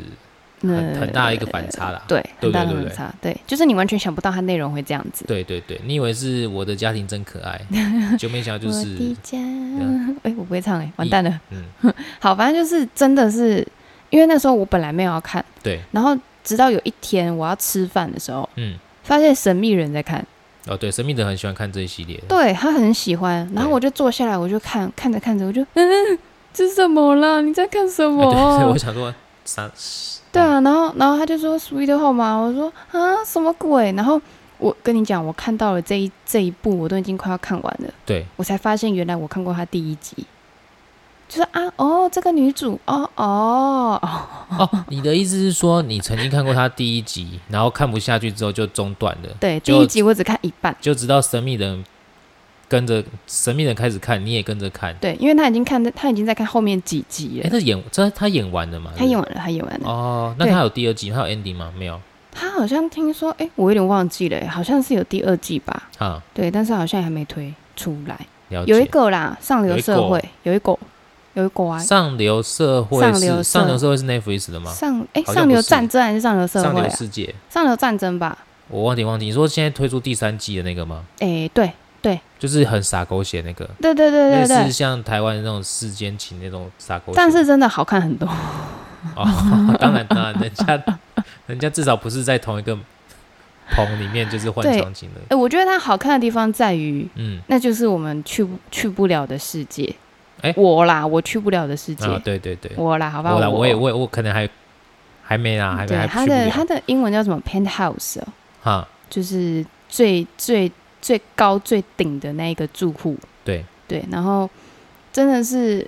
Speaker 2: 那、
Speaker 1: 很很大一个反差啦。
Speaker 2: 对，
Speaker 1: 对
Speaker 2: 很大的
Speaker 1: 对对
Speaker 2: 反差，对，就是你完全想不到它内容会这样子。
Speaker 1: 对对对，你以为是我的家庭真可 爱，就没想到就
Speaker 2: 我的
Speaker 1: 是
Speaker 2: 家
Speaker 1: 啊，
Speaker 2: 哎、我不会唱哎、完蛋了。
Speaker 1: 嗯，
Speaker 2: 好，反正就是真的是，因为那时候我本来没有要看，
Speaker 1: 对，
Speaker 2: 然后直到有一天我要吃饭的时候，
Speaker 1: 嗯，
Speaker 2: 发现神秘人在看，
Speaker 1: 哦对，神秘的很喜欢看这一系列，
Speaker 2: 对他很喜欢，然后
Speaker 1: 对
Speaker 2: 我就坐下来，我就看看着看着，我就 嗯，这是什么啦？你在看什么？
Speaker 1: 啊对，对我想说三，
Speaker 2: 哦对啊，然后然后他就说 Sweet Home 啊，我说啊什么鬼？然后我跟你讲，我看到了这一这一部，我都已经快要看完了，
Speaker 1: 对，
Speaker 2: 我才发现原来我看过他第一集，就是啊哦这个女主哦哦哦
Speaker 1: 哦，你的意思是说你曾经看过他第一集，然后看不下去之后就中断了，
Speaker 2: 对，
Speaker 1: 就
Speaker 2: 第一集我只看一半，
Speaker 1: 就直到神秘人跟着神秘人开始看，你也跟着看。
Speaker 2: 对，因为他已经看他已经在看后面几集
Speaker 1: 哎、
Speaker 2: 了，
Speaker 1: 那演这他演完了嘛？
Speaker 2: 他演
Speaker 1: 完
Speaker 2: 完了，他演完了，
Speaker 1: 哦，那
Speaker 2: 对
Speaker 1: 他有第二季，他有 ending 吗？没有
Speaker 2: 他好像听说，哎，我有点忘记了，诶好像是有第二季吧，
Speaker 1: 啊，
Speaker 2: 对，但是好像还没推出来，
Speaker 1: 了解。
Speaker 2: 有一个啦，上流社会有一个有一个啊，
Speaker 1: 上流社会
Speaker 2: 上
Speaker 1: 是
Speaker 2: 流社
Speaker 1: 上流社会是 Netflix 的吗？
Speaker 2: 上哎、
Speaker 1: 好像
Speaker 2: 上
Speaker 1: 不
Speaker 2: 流
Speaker 1: 是
Speaker 2: 战争还是上流社
Speaker 1: 上
Speaker 2: 会
Speaker 1: 流
Speaker 2: 啊？
Speaker 1: 世界，
Speaker 2: 上流战争吧？
Speaker 1: 我忘记忘记，你说现在推出第三季的那个吗？
Speaker 2: 哎、对
Speaker 1: 就是很傻狗血那个，
Speaker 2: 对对对对
Speaker 1: 类似
Speaker 2: 对，
Speaker 1: 像台湾的那种世间情那种傻狗血。
Speaker 2: 但是真的好看很多。
Speaker 1: 哦， 当然当然，人 家人家至少不是在同一个棚里面，就是换
Speaker 2: 对
Speaker 1: 场景的。
Speaker 2: 哎、我觉得它好看的地方在于，
Speaker 1: 嗯
Speaker 2: 那就是我们去不去不了的世界。
Speaker 1: 哎
Speaker 2: 我啦，我去不了的世界，
Speaker 1: 啊，对对对，
Speaker 2: 我啦，好吧，
Speaker 1: 我啦，我也
Speaker 2: 我嗯
Speaker 1: 我也我可能还还没啦，还没
Speaker 2: 对
Speaker 1: 还
Speaker 2: 它
Speaker 1: 去不
Speaker 2: 的
Speaker 1: 了
Speaker 2: 它的英文叫什么 penthouse 哦，
Speaker 1: 哈。
Speaker 2: 就是最最最高最顶的那一个住户。
Speaker 1: 对
Speaker 2: 对，然后真的是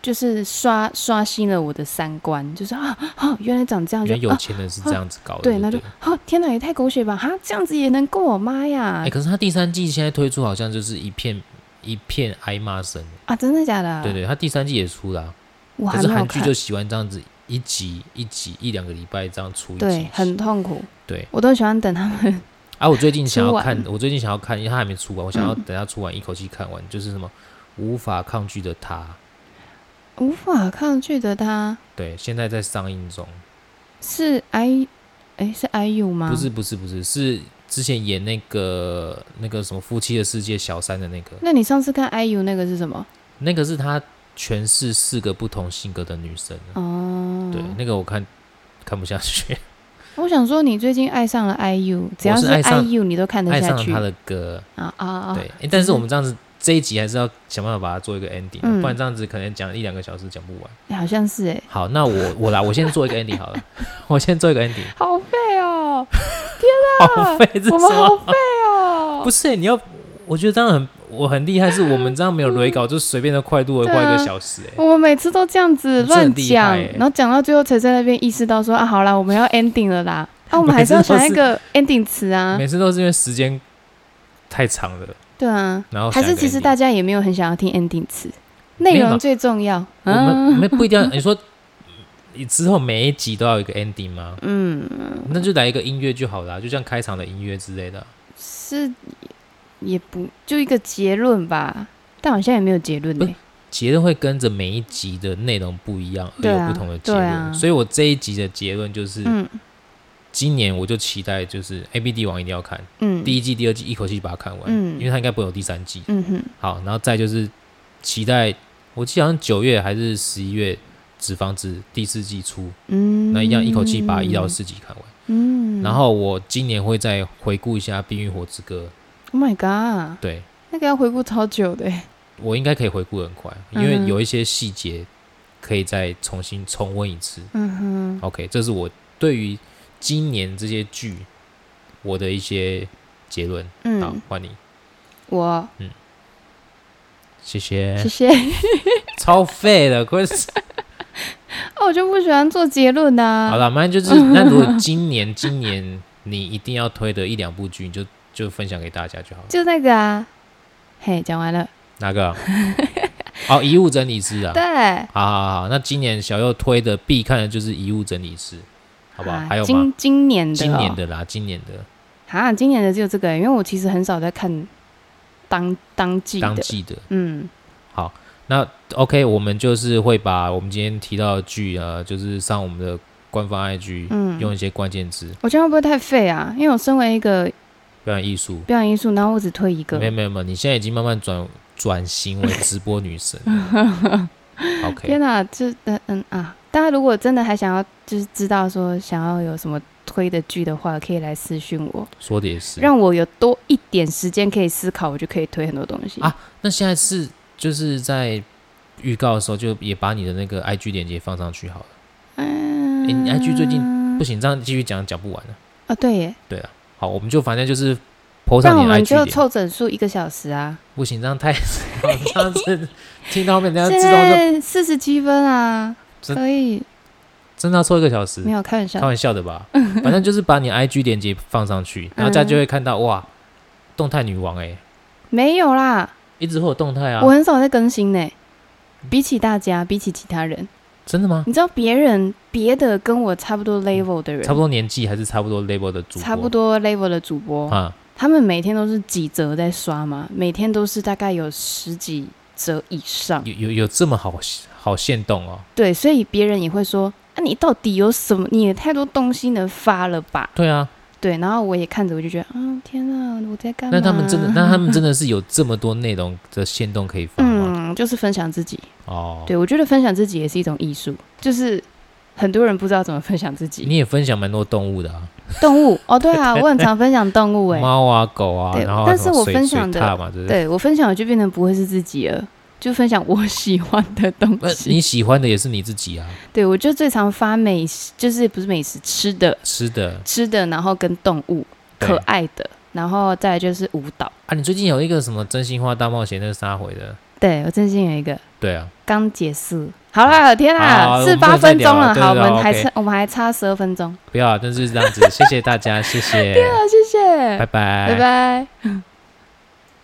Speaker 2: 就是刷刷新了我的三观，就是啊啊，原来长这样
Speaker 1: 因
Speaker 2: 就
Speaker 1: 为有
Speaker 2: 啊
Speaker 1: 钱人是这样子搞的。
Speaker 2: 对，那
Speaker 1: 那
Speaker 2: 就啊天哪，也太狗血吧！哈，这样子也能过我妈呀
Speaker 1: 哎、？可是他第三季现在推出，好像就是一片一片挨骂声。
Speaker 2: 啊，真的假的？
Speaker 1: 对，对，他第三季也出了啊、
Speaker 2: 我
Speaker 1: 可
Speaker 2: 还
Speaker 1: 是
Speaker 2: 没有
Speaker 1: 韩剧
Speaker 2: 看
Speaker 1: 就。喜欢这样子一集一集一两个礼拜这样出一集。
Speaker 2: 对，很痛苦。
Speaker 1: 对
Speaker 2: 我都喜欢等他们。
Speaker 1: 啊，我最近想要
Speaker 2: 出完嗯
Speaker 1: 看，我最近想要看，因为他还没出完，我想要等他出完一口气看完，就是什么无法抗拒的他。
Speaker 2: 无法抗拒的他
Speaker 1: 对，现在在上映中，
Speaker 2: 是 I，哎是 IU 吗？
Speaker 1: 不是不是不是，是之前演那个那个什么《夫妻的世界》小三的那个，
Speaker 2: 那你上次看 IU 那个是什么？
Speaker 1: 那个是他诠释四个不同性格的女生。
Speaker 2: 哦，
Speaker 1: 对，那个我看看不下去，
Speaker 2: 我想说你最近爱上了 IU，只要
Speaker 1: 我是爱上
Speaker 2: IU 你都看得
Speaker 1: 爱
Speaker 2: 下
Speaker 1: 上了
Speaker 2: 去
Speaker 1: 他
Speaker 2: 啊
Speaker 1: 的歌。
Speaker 2: 啊啊！
Speaker 1: 对，诶但是
Speaker 2: 是
Speaker 1: 我们这样子这一集还是要想办法把它做一个 ending，、啊
Speaker 2: 嗯
Speaker 1: 不然这样子可能讲一两个小时讲不完。
Speaker 2: 好像是哎，
Speaker 1: 好，那我我来，我先做一个 ending 好了， 我先做一个 ending。
Speaker 2: 好废 哦，
Speaker 1: 好废，这是
Speaker 2: 我
Speaker 1: 什
Speaker 2: 们好
Speaker 1: 么？啊
Speaker 2: 废哦。
Speaker 1: 不是、你要，我觉得这样很我很厉害，是我们这样没有雷稿，就随便的快度的
Speaker 2: 嗯对
Speaker 1: 过一个
Speaker 2: 啊
Speaker 1: 小时、诶
Speaker 2: 我们每次都这样子
Speaker 1: 你真的
Speaker 2: 乱
Speaker 1: 厉
Speaker 2: 讲
Speaker 1: 害欸，
Speaker 2: 然后讲到最后才在那边意识到说啊，好啦，我们要 ending 了啦。啊，我们还是要想一个 ending 词啊。
Speaker 1: 每次都是因为时间太长了，
Speaker 2: 对啊，
Speaker 1: 然后
Speaker 2: 还
Speaker 1: 想
Speaker 2: 是
Speaker 1: 一个
Speaker 2: 其实
Speaker 1: ending
Speaker 2: 大家也没有很想要听 ending 词，
Speaker 1: 没
Speaker 2: 内
Speaker 1: 有嘛
Speaker 2: 容最重要。
Speaker 1: 我们
Speaker 2: 嗯
Speaker 1: 没不一定要你说，你之后每一集都要有一个 ending 吗？
Speaker 2: 嗯，
Speaker 1: 那就来一个音乐就好了啊、就像开场的音乐之类的啊。
Speaker 2: 是也不就一个结论吧，但好像也没有结论欸
Speaker 1: 不
Speaker 2: 呢
Speaker 1: 是。结论会跟着每一集的内容不一样而
Speaker 2: 对
Speaker 1: 有
Speaker 2: 啊
Speaker 1: 不同的结
Speaker 2: 对
Speaker 1: 论，
Speaker 2: 啊
Speaker 1: 所以我这一集的结论就是，
Speaker 2: 嗯
Speaker 1: 今年我就期待就是 A B D 王一定要看、
Speaker 2: 嗯，
Speaker 1: 第一季、第二季，一口气把它看完，
Speaker 2: 嗯
Speaker 1: 因为它应该不会有第三季。
Speaker 2: 嗯哼，
Speaker 1: 好，然后再就是期待，我记得好像九月还是十一月，《纸房子》第四季出，
Speaker 2: 嗯，
Speaker 1: 那一样一口气把一到四集看完。
Speaker 2: 嗯，
Speaker 1: 然后我今年会再回顾一下《冰与火之歌
Speaker 2: Oh my god，》，
Speaker 1: 对
Speaker 2: 那个要回顾超久的欸，
Speaker 1: 我应该可以回顾得很快，因为
Speaker 2: 嗯哼
Speaker 1: 有一些细节可以再重新重温一次。
Speaker 2: 嗯哼，
Speaker 1: OK，这是我对于今年这些剧我的一些结论。好
Speaker 2: 嗯，，
Speaker 1: 换你，
Speaker 2: 我
Speaker 1: 谢谢
Speaker 2: 谢，谢。
Speaker 1: 超废了，快死！
Speaker 2: 哦，我就不喜欢做结论啊
Speaker 1: 好
Speaker 2: 呐、
Speaker 1: 了，反正 就是那如果今年今年你一定要推的一两部剧，你就就分享给大家就好了。
Speaker 2: 就那个啊，嘿，讲完了，
Speaker 1: 哪 个啊？哦，《遗物整理师》啊。
Speaker 2: 对，
Speaker 1: 好好好，那今年小右推的必看的就是《遗物整理师》，好不好？
Speaker 2: 啊
Speaker 1: 还有吗？
Speaker 2: 今今年的、哦
Speaker 1: 今年的啦，今年的
Speaker 2: 啊，今年的只有这个欸、因为我其实很少在看当当季
Speaker 1: 当
Speaker 2: 的，
Speaker 1: 季的。
Speaker 2: 嗯，
Speaker 1: 那 OK，我们就是会把我们今天提到的剧啊，就是上我们的官方 IG，、
Speaker 2: 嗯
Speaker 1: 用一些关键字，
Speaker 2: 我这样会不会太废啊？因为我身为一个
Speaker 1: 表演艺术。
Speaker 2: 表演艺术，然后我只推一个
Speaker 1: 没，有没有没有，你现在已经慢慢转转型为直播女神 了。OK，
Speaker 2: 天哪、这嗯嗯啊，大家如果真的还想要就是知道说想要有什么推的剧的话，可以来私讯我，
Speaker 1: 说的也是。
Speaker 2: 让我有多一点时间可以思考，我就可以推很多东西
Speaker 1: 啊那现在是就是在预告的时候，就也把你的那个 IG 链接放上去好了。
Speaker 2: 嗯
Speaker 1: 诶你 IG 最近不行，这样继续讲讲不完了。
Speaker 2: 啊，嗯对耶，
Speaker 1: 好，我们就反正就是 PO
Speaker 2: 不然
Speaker 1: 上
Speaker 2: 我
Speaker 1: 你的
Speaker 2: 们
Speaker 1: IG
Speaker 2: 就
Speaker 1: 脸，
Speaker 2: 凑整数一个小时啊。
Speaker 1: 不行，这样太 这样 子听到后面，等下
Speaker 2: 现
Speaker 1: 知道就
Speaker 2: 在四十七分啊，
Speaker 1: 这
Speaker 2: 可以
Speaker 1: 真的要凑一个小时
Speaker 2: 没。有开玩
Speaker 1: 开
Speaker 2: 笑。
Speaker 1: 玩笑的 吧？反正就是把你 IG 链接放上
Speaker 2: 嗯
Speaker 1: 去，然后大家就会看到、哇，动态女王哎、
Speaker 2: 没有啦，
Speaker 1: 一直会有动态啊
Speaker 2: 我。很少在更新呢、比起大家，比起其他人，
Speaker 1: 真的吗？
Speaker 2: 你知道别人别的跟我差不多 level 的人，
Speaker 1: 嗯差不多年纪还是差不多 label 的主播，
Speaker 2: 差不多 level 的主播，
Speaker 1: 啊。
Speaker 2: 他们每天都是几折在刷嘛，每天都是大概有十几折以上。
Speaker 1: 有有有这么好好限动哦？
Speaker 2: 对，所以别人也会说：“啊，你到底有什么？你也太多东西能发了吧？”
Speaker 1: 对啊，
Speaker 2: 对，然后我也看着，我就觉得，啊，天啊，我在干嘛？
Speaker 1: 那他们真的，那他们真的是有这么多内容的限动可以放吗？
Speaker 2: 嗯，就是分享自己。
Speaker 1: 哦，
Speaker 2: 对我觉得分享自己也是一种艺术，就是很多人不知道怎么分享自己。
Speaker 1: 你也分享蛮多动物的啊，
Speaker 2: 动物哦，对 啊，我很常分享动物哎、
Speaker 1: 猫啊、狗啊，
Speaker 2: 对
Speaker 1: 然后
Speaker 2: 但
Speaker 1: 什么
Speaker 2: 是我
Speaker 1: 水
Speaker 2: 分享
Speaker 1: 水
Speaker 2: 的
Speaker 1: 獭嘛，对不对？
Speaker 2: 对我分享，我就变成不会是自己了，就分享我喜欢的东
Speaker 1: 那
Speaker 2: 西。
Speaker 1: 你喜欢的也是你自己啊，
Speaker 2: 对我就最常发美食，就是不是美食，吃的
Speaker 1: 吃的。
Speaker 2: 吃的，然后跟动物
Speaker 1: 对
Speaker 2: 可爱的，然后再来就是舞蹈。
Speaker 1: 啊，你最近有一个什么真心话大冒险，那是杀回的，
Speaker 2: 对我最近有一个
Speaker 1: 对啊，
Speaker 2: 刚解释。好啦，天
Speaker 1: 好
Speaker 2: 啦，
Speaker 1: 啊我
Speaker 2: 四
Speaker 1: 们不能
Speaker 2: 八
Speaker 1: 再
Speaker 2: 分钟
Speaker 1: 聊了
Speaker 2: 了，
Speaker 1: 对
Speaker 2: 好，我
Speaker 1: 对
Speaker 2: 们
Speaker 1: 对
Speaker 2: 还
Speaker 1: ，OK
Speaker 2: 差我们还差十二分钟，
Speaker 1: 不要，但是这样子，谢谢大家，谢谢，
Speaker 2: 啊，谢谢，
Speaker 1: 拜拜，
Speaker 2: 拜拜。